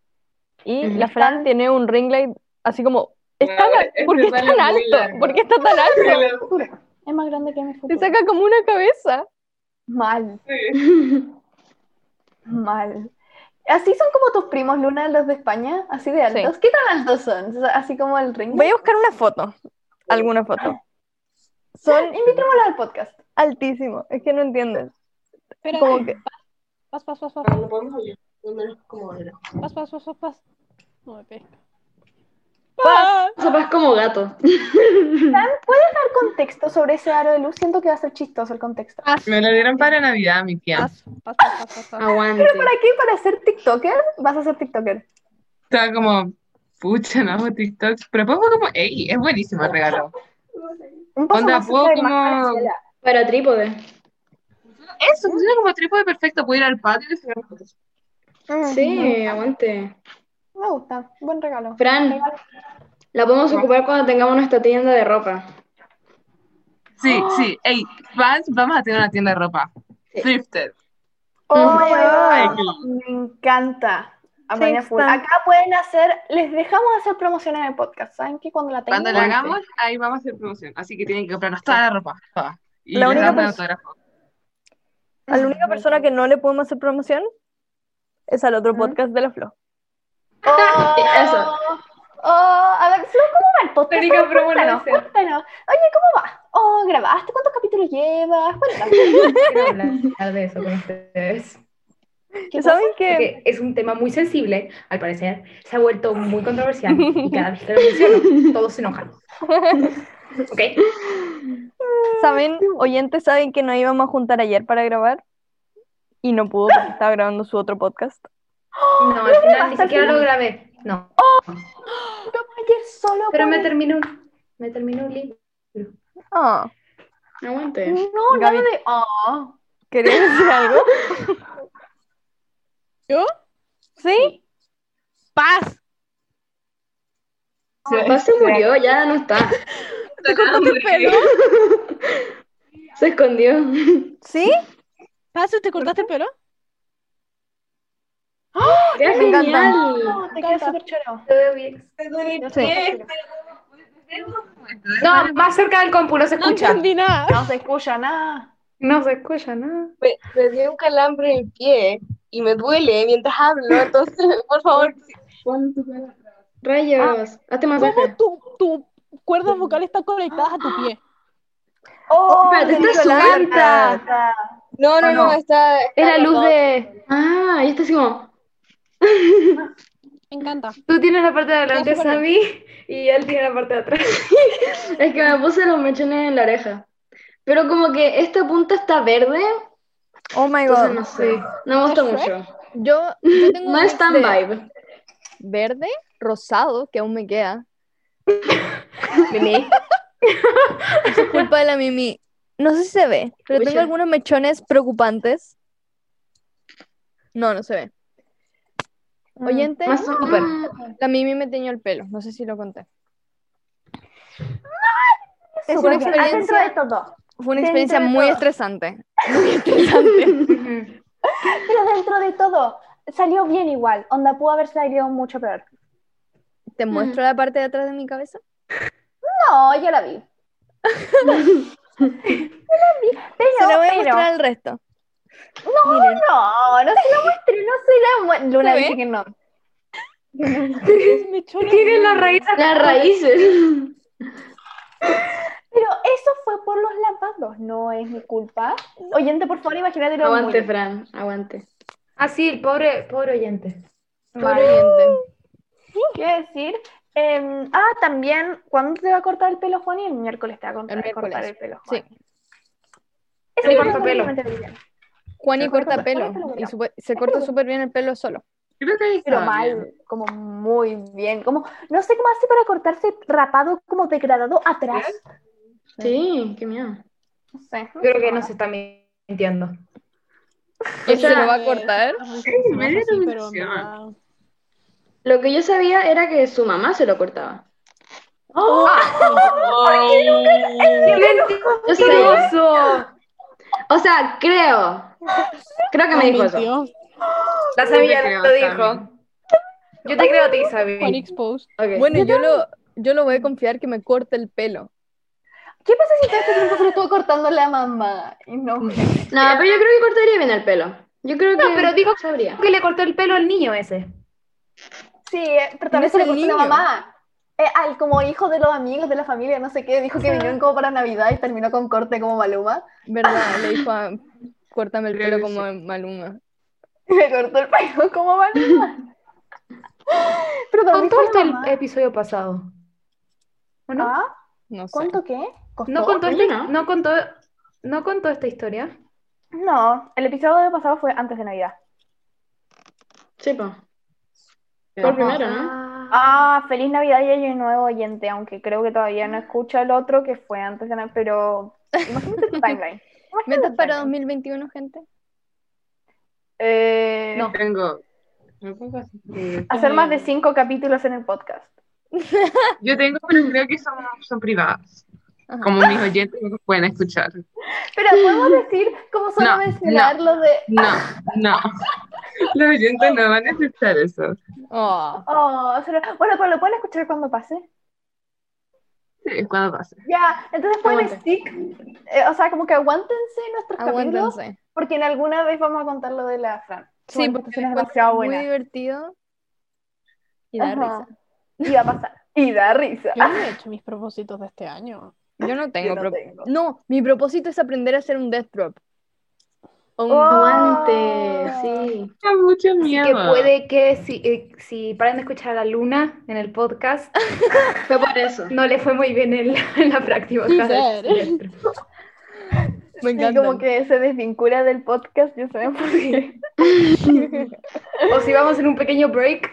Speaker 1: Y
Speaker 4: Ujú.
Speaker 1: la Fran tiene un ring light así como, ¿está
Speaker 2: Wow,
Speaker 1: al-
Speaker 2: este
Speaker 1: ¿por qué
Speaker 2: vale
Speaker 1: es tan
Speaker 2: muy
Speaker 1: alto?
Speaker 2: largo.
Speaker 1: ¿Por qué está tan alto?
Speaker 3: Es más grande que mi futuro.
Speaker 1: Te saca como una cabeza.
Speaker 3: Mal, mal. Así son como tus primos, Luna, los de España, así de
Speaker 1: Sí.
Speaker 3: altos. ¿Qué tan altos son? O sea, Así como el ring.
Speaker 1: Voy a buscar una foto, alguna foto. Son
Speaker 3: Invitémosla al podcast.
Speaker 1: altísimos, es que no entiendes.
Speaker 7: Espera,
Speaker 1: Como que,
Speaker 7: pas, pas, pas, pas, pas, pas, pas, pas, pas. No me pesca. Pas.
Speaker 4: O sea, vas como gato.
Speaker 3: El contexto sobre ese aro de luz, siento que va a ser chistoso el contexto.
Speaker 7: Pas,
Speaker 2: Me lo dieron para Navidad, mi tía.
Speaker 7: pas, pas, pas, pas, pas, pas.
Speaker 4: Aguante.
Speaker 3: ¿Para qué? ¿Para ser TikToker? Vas a ser TikToker.
Speaker 2: Estaba como, pucha, no hago TikTok. Pero puedo como, ey, es buenísimo el regalo.
Speaker 3: Un paso
Speaker 2: Onda,
Speaker 3: más
Speaker 2: puedo
Speaker 3: cerca de
Speaker 2: como-
Speaker 3: Max Valenzuela.
Speaker 4: Para trípode.
Speaker 2: Eso funciona como trípode perfecto. Puedo ir al patio y sacar fotos.
Speaker 4: Sí, aguante.
Speaker 3: Ah, Me gusta, buen regalo.
Speaker 4: Fran, la podemos ocupar cuando tengamos nuestra tienda de ropa.
Speaker 2: Sí, sí, ey, Vans, vamos a tener una tienda de ropa.
Speaker 4: Sí.
Speaker 2: Thrifted.
Speaker 3: Oh my
Speaker 2: Ay,
Speaker 3: god,
Speaker 2: qué-
Speaker 3: me encanta. Apaña full.
Speaker 1: están-
Speaker 3: Acá pueden hacer, les dejamos hacer promoción en el podcast. ¿Saben que cuando la tengan?
Speaker 2: Cuando la hagamos, ahí vamos a hacer promoción. Así que tienen que comprarnos toda la ropa. toda. Y
Speaker 1: La
Speaker 2: les
Speaker 1: única
Speaker 2: damos
Speaker 1: pers-
Speaker 2: autógrafo.
Speaker 1: a la única persona que no le podemos hacer promoción es al otro podcast de la Flo.
Speaker 3: Oh,
Speaker 4: Eso.
Speaker 3: Oh, a ver, Flo, ¿cómo va el podcast?
Speaker 5: Rica, pero bueno,
Speaker 3: cuéntanos,
Speaker 5: dice.
Speaker 3: cuéntanos. Oye, ¿cómo va? Oh, ¿grabaste? ¿Cuántos capítulos llevas? Cuéntanos.
Speaker 5: Quiero hablar de eso con ustedes.
Speaker 3: ¿Qué
Speaker 1: ¿Saben qué?
Speaker 5: Porque es un tema muy sensible, al parecer. Se ha vuelto muy controversial y cada vez que lo menciono, todos se enojan. ¿Ok?
Speaker 1: ¿Saben? Oyentes saben que nos íbamos a juntar ayer para grabar y no pudo porque estaba grabando su otro podcast.
Speaker 5: No, al final ni siquiera lo grabé. No.
Speaker 3: Ayer solo
Speaker 5: Pero me
Speaker 3: por-
Speaker 5: terminó un, me terminó un libro.
Speaker 1: Ah,
Speaker 4: Aguante.
Speaker 3: No, nada
Speaker 1: Gaby.
Speaker 3: de... Oh.
Speaker 1: ¿querías decir algo?
Speaker 7: ¿Yo?
Speaker 1: ¿Sí?
Speaker 7: Pas.
Speaker 4: Paz se murió, ya no está.
Speaker 2: ¿Te cortaste el
Speaker 7: pelo?
Speaker 4: Se escondió.
Speaker 1: ¿Sí?
Speaker 7: Pas, ¿te cortaste el pelo?
Speaker 4: ¡Qué
Speaker 1: Me encanta.
Speaker 4: genial!
Speaker 3: No, te queda súper choreo.
Speaker 5: Lo veo bien. No, más cerca del compu, no se
Speaker 7: No
Speaker 5: escucha.
Speaker 7: entendí nada.
Speaker 3: No se escucha nada.
Speaker 5: No se escucha, ¿no?
Speaker 8: Me, me dio un calambre en el pie y me duele mientras hablo, entonces, por favor.
Speaker 4: Rayos, Ah, hazte masaje.
Speaker 7: ¿Cómo tu, tu cuerda vocal está conectada a tu pie?
Speaker 3: Oh,
Speaker 4: Espérate,
Speaker 3: me
Speaker 4: esta es
Speaker 3: dio la
Speaker 4: su gata.
Speaker 3: gata.
Speaker 8: No, no, no, está.
Speaker 5: Es la luz de.
Speaker 4: Ah, y está así como.
Speaker 7: Me encanta.
Speaker 5: Tú tienes la parte de adelante,
Speaker 7: No, súper
Speaker 5: Sammy, y él tiene la parte de atrás.
Speaker 4: Es que me puse los mechones en la oreja. Pero como que esta punta está verde,
Speaker 1: Oh my
Speaker 4: entonces
Speaker 1: god.
Speaker 4: no sé. No me gusta
Speaker 1: ¿Es
Speaker 4: mucho.
Speaker 1: Yo, yo tengo
Speaker 4: No
Speaker 1: un
Speaker 4: es
Speaker 1: mix
Speaker 4: tan
Speaker 1: de
Speaker 4: vibe.
Speaker 1: verde, rosado, que aún me queda.
Speaker 5: Mimi.
Speaker 1: Eso es culpa de la Mimi. No sé si se ve, pero tengo
Speaker 4: Escucha.
Speaker 1: algunos mechones preocupantes. No, no se ve. Oyente,
Speaker 4: Más o-
Speaker 5: Súper.
Speaker 4: mm,
Speaker 1: la Mimi me teñió el pelo. No sé si lo conté. Es
Speaker 3: Súper
Speaker 1: una
Speaker 3: bien. Adentro de
Speaker 1: experiencia
Speaker 3: estos dos.
Speaker 1: Fue una experiencia
Speaker 3: Dentro de
Speaker 1: muy
Speaker 3: todo.
Speaker 1: estresante. Muy estresante.
Speaker 5: Ujú.
Speaker 3: Pero dentro de todo, salió bien igual. Onda pudo haber salido mucho peor. Mm.
Speaker 1: ¿Te muestro la parte de atrás de mi cabeza?
Speaker 3: No, yo la vi. yo la vi. Pero,
Speaker 1: Se la voy a
Speaker 3: pero-
Speaker 1: mostrar al resto.
Speaker 3: No, no se la muestre, no se la muestre. Luna
Speaker 1: ¿Se ve?
Speaker 3: dice que no.
Speaker 7: Mis mechones.
Speaker 5: Tiene la raíz
Speaker 4: Las raíces.
Speaker 3: Pero eso fue por los lavados, no es mi culpa. Oyente, por favor, imagínate lo
Speaker 4: Aguante,
Speaker 3: muy-
Speaker 4: Fran, aguante.
Speaker 5: Ah, sí, el pobre, pobre oyente.
Speaker 1: Valiente.
Speaker 3: Quiero decir, eh, ah, también, ¿cuándo te va a cortar el pelo, Juan? Y el miércoles te va a cortar
Speaker 1: El
Speaker 3: el,
Speaker 1: miércoles,
Speaker 3: cortar el pelo,
Speaker 1: sí.
Speaker 3: Juan. Eso
Speaker 5: Me
Speaker 3: yo
Speaker 5: corto
Speaker 3: no
Speaker 5: pelo.
Speaker 3: realmente diría.
Speaker 1: Juani
Speaker 3: Se
Speaker 1: corta
Speaker 3: corta-
Speaker 1: pelo.
Speaker 3: corta pelo
Speaker 1: y supe- se corta súper bien el pelo solo.
Speaker 2: Creo que ahí
Speaker 3: Pero
Speaker 2: estaba
Speaker 3: mal,
Speaker 2: Ah, bien.
Speaker 3: como muy bien. Como, no sé cómo hace para cortarse rapado, como degradado atrás.
Speaker 4: Sí, qué miedo.
Speaker 3: No sé.
Speaker 5: Creo que nos está mintiendo.
Speaker 1: ¿Él se
Speaker 4: sea,
Speaker 1: lo va a cortar?
Speaker 2: media
Speaker 7: pero en
Speaker 2: iluminación.
Speaker 7: verdad-
Speaker 4: Lo que yo sabía era que su mamá se lo cortaba. ¡Oh! ¡Qué O sea, creo. Creo que me dijo eso.
Speaker 7: mintió.
Speaker 5: La
Speaker 2: Yo te
Speaker 5: sabía,
Speaker 2: creo
Speaker 5: lo dijo.
Speaker 2: también.
Speaker 5: Yo te creo a ti,
Speaker 7: Juan
Speaker 5: Sabi.
Speaker 7: exposed.
Speaker 4: Ok.
Speaker 1: Bueno, yo lo, yo lo voy a confiar que me corte el pelo.
Speaker 3: ¿Qué pasa si todo este tiempo se lo estuvo cortando la mamá? Y no.
Speaker 4: No, pero yo creo que cortaría bien el pelo. Yo creo que.
Speaker 5: pero dijo-
Speaker 4: sabría.
Speaker 5: que le cortó el pelo al niño ese.
Speaker 3: Sí, eh, pero tal
Speaker 1: No
Speaker 3: vez
Speaker 1: es
Speaker 3: se lo
Speaker 1: el
Speaker 3: cortó la
Speaker 1: niño.
Speaker 3: mamá. Eh, al como hijo de los amigos de la familia, no sé qué, dijo que vinieron como para Navidad y terminó con corte como Maluma.
Speaker 1: ¿Verdad? Le dijo a... Córtame el
Speaker 2: Creo
Speaker 1: pelo
Speaker 2: que
Speaker 1: como Maluma.
Speaker 3: Le cortó el pelo como Maluma. Pero tal vez
Speaker 5: Contó
Speaker 3: fue
Speaker 5: esto
Speaker 3: la
Speaker 5: el
Speaker 3: mamá.
Speaker 5: episodio pasado. ¿O no?
Speaker 3: ¿Ah?
Speaker 1: No sé.
Speaker 3: ¿Cuánto qué? ¿Costó?
Speaker 5: no contó
Speaker 4: oye,
Speaker 5: esta,
Speaker 4: ¿no?
Speaker 5: no contó, no contó esta historia.
Speaker 3: No, el episodio pasado fue antes de Navidad.
Speaker 4: Sí, po. Fue el primero, ¿no?
Speaker 5: Ah,
Speaker 3: Ah, feliz Navidad y año nuevo oyente, aunque creo que todavía no escucha el otro que fue antes de Navidad, pero imagínate tu timeline. Imagínate
Speaker 1: ¿Metas
Speaker 3: tu
Speaker 1: para
Speaker 3: timeline.
Speaker 1: 2021, gente?
Speaker 3: Eh,
Speaker 5: No. Eh.
Speaker 2: Tengo. ¿Me pongo así? Sí.
Speaker 3: Hacer más de cinco capítulos en el podcast.
Speaker 2: Yo tengo, pero creo que son, son privadas.
Speaker 1: Ajá.
Speaker 2: Como mis oyentes no pueden escuchar.
Speaker 3: Pero podemos decir, como solo
Speaker 2: No,
Speaker 3: mencionar lo de.
Speaker 2: No, no. Los oyentes no van a escuchar eso.
Speaker 1: Oh,
Speaker 3: Oh, solo- Bueno, pero lo pueden escuchar cuando pase.
Speaker 2: Sí, cuando pase.
Speaker 3: Ya, entonces pueden
Speaker 1: Aguante.
Speaker 3: stick. eh, o sea, como que aguántense nuestros capítulos,
Speaker 1: aguántense.
Speaker 3: porque en alguna vez vamos a contar lo de la Fran. Su
Speaker 1: Sí, porque lo
Speaker 3: manifestación es
Speaker 1: encuentro
Speaker 3: demasiado
Speaker 1: muy
Speaker 3: buena.
Speaker 1: divertido y da
Speaker 3: Ajá.
Speaker 1: risa.
Speaker 3: Y va a pasar. Y da risa. Ah,
Speaker 7: Yo no he hecho mis propósitos de este año.
Speaker 1: Yo no tengo
Speaker 3: no
Speaker 1: pro-
Speaker 3: tengo.
Speaker 1: No, mi propósito es aprender a hacer un death drop. O un-
Speaker 3: Oh.
Speaker 4: Aguante, sí.
Speaker 2: Da mucho
Speaker 5: Así
Speaker 2: miedo.
Speaker 5: que puede que si, eh, si paran de escuchar a la luna en el podcast,
Speaker 4: Fue por eso.
Speaker 5: no le fue muy bien en la, en la práctica. del
Speaker 7: Ser.
Speaker 5: semestre.
Speaker 1: Me
Speaker 3: Sí,
Speaker 1: encanta.
Speaker 3: como que se desvincula del podcast, ya saben por qué.
Speaker 5: O si vamos en un pequeño break.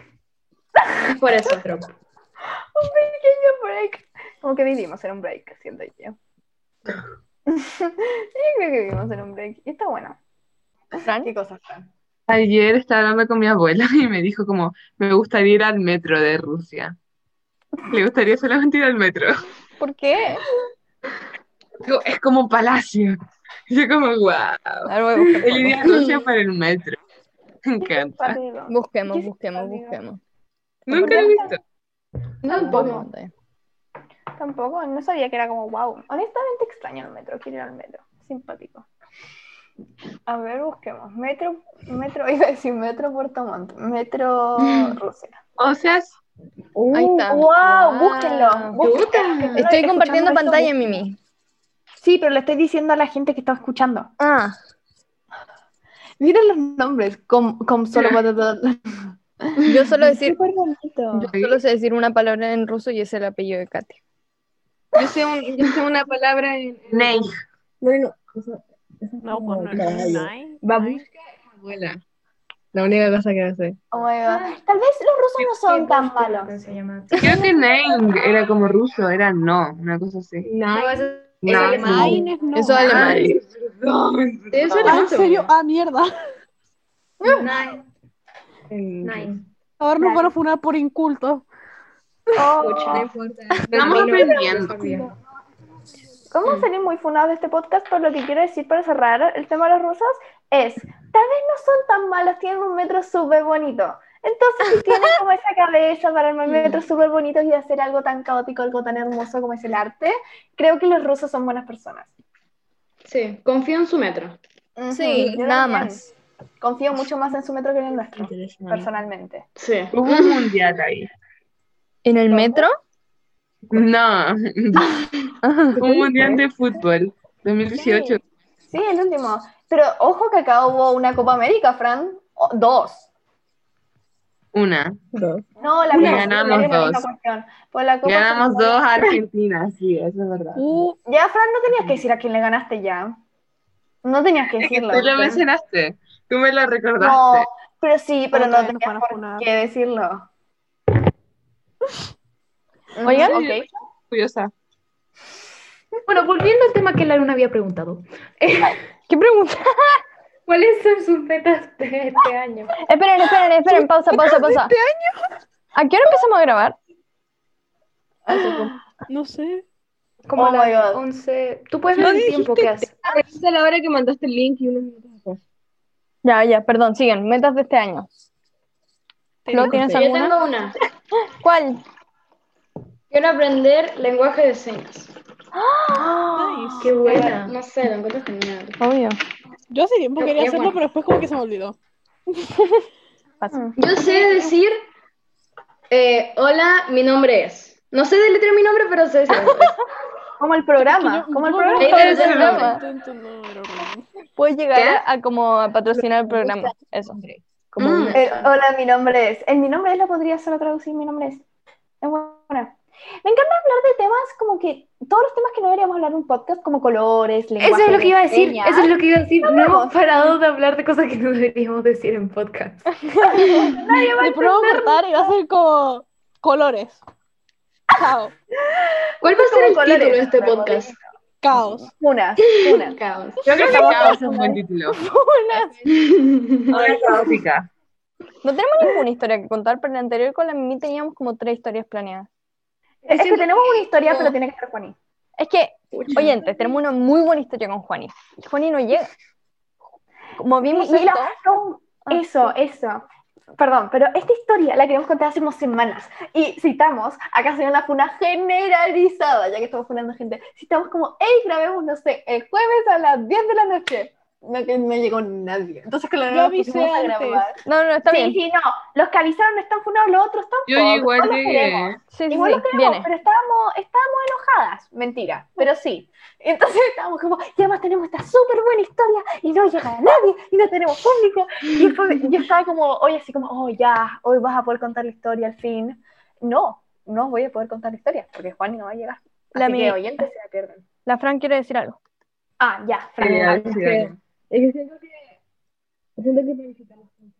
Speaker 4: Es por eso.
Speaker 3: Pequeño break. Como que vivimos en un break, siento yo. Sí, creo que vivimos en un break. Y está bueno.
Speaker 1: Fran,
Speaker 3: ¿Qué cosas Fran?
Speaker 2: Ayer estaba hablando con mi abuela y me dijo como, me gustaría ir al metro de Rusia. Le gustaría solamente ir al metro.
Speaker 1: ¿Por qué?
Speaker 2: Digo, Es como un palacio. Y yo como, wow.
Speaker 1: A ver, voy a buscar
Speaker 2: El
Speaker 1: fotos.
Speaker 2: iría a Rusia para el metro. Me encanta.
Speaker 3: Pálido.
Speaker 1: Busquemos,
Speaker 3: Yo sí
Speaker 1: busquemos,
Speaker 3: sabía.
Speaker 1: busquemos.
Speaker 2: Nunca lo he visto.
Speaker 4: No, tampoco.
Speaker 3: Tampoco, no sabía que era como wow. Honestamente extraño el metro, quiero ir al metro. Simpático. A ver, busquemos. Metro, metro, iba a decir metro Puerto Montt, metro Rusia.
Speaker 2: O sea, es-
Speaker 1: Ahí está. Ah,
Speaker 3: Wow,
Speaker 1: Wow.
Speaker 3: Uh, búsquenlo. búsquenlo.
Speaker 4: Puta.
Speaker 1: Estoy
Speaker 3: Escuchando
Speaker 1: compartiendo
Speaker 3: esto,
Speaker 1: pantalla,
Speaker 3: búsquenlo.
Speaker 1: Mimi.
Speaker 3: Sí, pero le estoy diciendo a la gente que está escuchando.
Speaker 1: Ah,
Speaker 3: Miren los nombres, com, com solo
Speaker 1: yo solo decir,
Speaker 3: Súper bonito.
Speaker 1: yo solo sé decir una palabra en ruso y es el apellido de Katy.
Speaker 8: Yo sé, un- yo sé una palabra en.
Speaker 2: Ney.
Speaker 7: No, pues no es nada.
Speaker 8: Abuela. La única cosa que hace.
Speaker 3: Oh my God. Tal vez los rusos no son tan malos.
Speaker 5: Se llama-
Speaker 2: Creo que Ney era como ruso, era no, una cosa así.
Speaker 5: No, eso-
Speaker 2: No,
Speaker 5: eso es
Speaker 2: no.
Speaker 5: alemán.
Speaker 7: Nine es no.
Speaker 1: Eso es alemán.
Speaker 2: Ay, perdón.
Speaker 4: Eso
Speaker 7: Ah,
Speaker 4: era
Speaker 7: ¿en serio? Ah, mierda.
Speaker 5: Nine. Nine.
Speaker 7: Ahora nos van a funar por inculto.
Speaker 5: No
Speaker 3: Oh,
Speaker 5: importa.
Speaker 2: Estamos aprendiendo. Mm.
Speaker 3: ¿Cómo salir muy funado de este podcast? Pero lo que quiero decir para cerrar el tema de los rusos es, tal vez no son tan malos, tienen un metro súper bonito. Entonces, si tienen como esa cabeza para
Speaker 2: Mm.
Speaker 3: armar metros súper bonitos y hacer algo tan caótico, algo tan hermoso como es el arte, creo que los rusos son buenas personas.
Speaker 4: Sí, confío en su metro.
Speaker 1: Sí,
Speaker 3: Ujú, yo
Speaker 1: nada
Speaker 3: también.
Speaker 1: más.
Speaker 3: Confío mucho más en su metro que en el nuestro, personalmente.
Speaker 4: Sí.
Speaker 2: Hubo un mundial ahí.
Speaker 1: ¿En el metro?
Speaker 2: No, un mundial de fútbol, 2018.
Speaker 3: Sí. Sí, el último. Pero ojo que acá hubo una Copa América, Fran. O- dos.
Speaker 2: Una.
Speaker 3: No, la
Speaker 2: Una.
Speaker 3: Copa
Speaker 2: Ganamos
Speaker 3: Centenario no es la
Speaker 2: dos.
Speaker 3: cuestión. Pues la Copa
Speaker 2: Ganamos
Speaker 3: Centenario-
Speaker 2: dos a Argentina, sí, eso es verdad.
Speaker 1: Uh,
Speaker 3: Ya, Fran, no tenías que decir a quién le ganaste ya. No tenías que
Speaker 2: Es que tú
Speaker 3: decirlo.
Speaker 2: lo mencionaste, tú me lo
Speaker 3: No,
Speaker 2: recordaste.
Speaker 3: pero sí, pero no
Speaker 7: Otra vez nos
Speaker 3: tenías
Speaker 7: van a
Speaker 3: por
Speaker 7: funar.
Speaker 3: qué decirlo.
Speaker 2: Oigan.
Speaker 3: ok.
Speaker 2: Curiosa.
Speaker 5: Bueno, volviendo al tema que Larun había preguntado.
Speaker 9: ¿Qué pregunta?
Speaker 5: ¿Cuáles son sus metas de este año?
Speaker 9: Esperen, esperen, esperen, pausa, pausa, pausa. ¿A qué hora empezamos a grabar?
Speaker 7: No sé.
Speaker 5: Como
Speaker 3: Oh
Speaker 5: a
Speaker 3: my
Speaker 5: las
Speaker 3: God.
Speaker 5: 11. Tú puedes ver el tiempo que haces.
Speaker 8: Revisa la hora que mandaste el link y unos minutos después.
Speaker 9: Ya, ya, perdón, siguen. Metas de este año. ¿Lo tienes
Speaker 4: Yo
Speaker 9: alguna?
Speaker 4: tengo una.
Speaker 9: ¿Cuál?
Speaker 4: Quiero aprender lenguaje de señas.
Speaker 5: Qué buena.
Speaker 4: No sé, lo encuentro genial.
Speaker 9: Obvio.
Speaker 7: Yo hace tiempo
Speaker 4: Qué-
Speaker 7: quería
Speaker 4: qué
Speaker 7: hacerlo,
Speaker 4: bueno.
Speaker 7: pero después como que se me olvidó.
Speaker 3: mm,
Speaker 4: Yo sé decir, eh, hola, mi nombre es. No sé deletrear mi nombre, pero sé decir.
Speaker 3: Como el programa, como el programa.
Speaker 4: Ahí
Speaker 9: Pero ese
Speaker 4: está el
Speaker 9: programa.
Speaker 4: nombre.
Speaker 7: Intento no, pero bueno.
Speaker 9: Puedes llegar a, a como a patrocinar el programa. Eso. Como
Speaker 4: Mm.
Speaker 9: una-
Speaker 3: El, Eh, hola, mi nombre es. El mi nombre es lo podría solo traducir, mi nombre es. Es buena. Me encanta hablar de temas como que todos los temas que no deberíamos hablar en un podcast, como colores, lenguaje.
Speaker 5: Eso es lo que iba a
Speaker 3: de
Speaker 5: decir,
Speaker 3: señas.
Speaker 5: eso es lo que iba a decir. No hemos
Speaker 3: Hablamos.
Speaker 5: parado de hablar de cosas que no deberíamos decir en podcast.
Speaker 7: Después lo vamos a cortar y va a ser como colores. Chao.
Speaker 4: ¿Cuál va a ser el
Speaker 3: Colores,
Speaker 4: título de este
Speaker 3: colores.
Speaker 4: podcast?
Speaker 7: Caos.
Speaker 3: Unas, unas.
Speaker 4: Caos.
Speaker 2: Yo creo que Caos es un buen título. Una caótica.
Speaker 9: No tenemos ninguna historia que contar, pero en la anterior con la Mimi teníamos como tres historias planeadas.
Speaker 3: Es que tenemos una historia, pero tiene que ser Juaní.
Speaker 9: Es que, oyentes, tenemos una muy buena historia con Juani. Y Juani no llega. Como vimos
Speaker 3: Y- y la-
Speaker 9: esto,
Speaker 3: no,
Speaker 9: Ah,
Speaker 3: eso, eso. Perdón, pero esta historia la queremos contar hace unas semanas. Y citamos, acá se una funa generalizada, ya que estamos funando gente. Citamos como, hey, grabemos, no sé, el jueves a las 10 de la noche. No, que no llegó nadie. Entonces, que
Speaker 7: Yo
Speaker 3: lo
Speaker 7: avisé antes.
Speaker 9: No, no, está
Speaker 3: sí,
Speaker 9: bien.
Speaker 3: sí, no. Los que avisaron no están funados, los otros tampoco.
Speaker 2: Yo igual
Speaker 3: los queremos.
Speaker 2: llegué.
Speaker 9: Sí, sí,
Speaker 3: Igual
Speaker 9: sí,
Speaker 3: lo queremos,
Speaker 9: viene.
Speaker 3: pero estábamos, estábamos enojadas, mentira, pero sí. Entonces estábamos como, y además tenemos esta súper buena historia y no llega nadie y no tenemos público. Y fue- yo estaba como, hoy así como, oh ya, hoy vas a poder contar la historia al fin. No, no voy a poder contar la historia porque Juan no va a llegar.
Speaker 9: La
Speaker 3: así
Speaker 9: mi-
Speaker 3: que oyentes se la pierden.
Speaker 9: La Fran quiere decir algo.
Speaker 3: Ah, ya, Fran.
Speaker 2: Sí,
Speaker 3: dale.
Speaker 2: sí, sí.
Speaker 8: Es que siento que. Siento que planificamos mucho.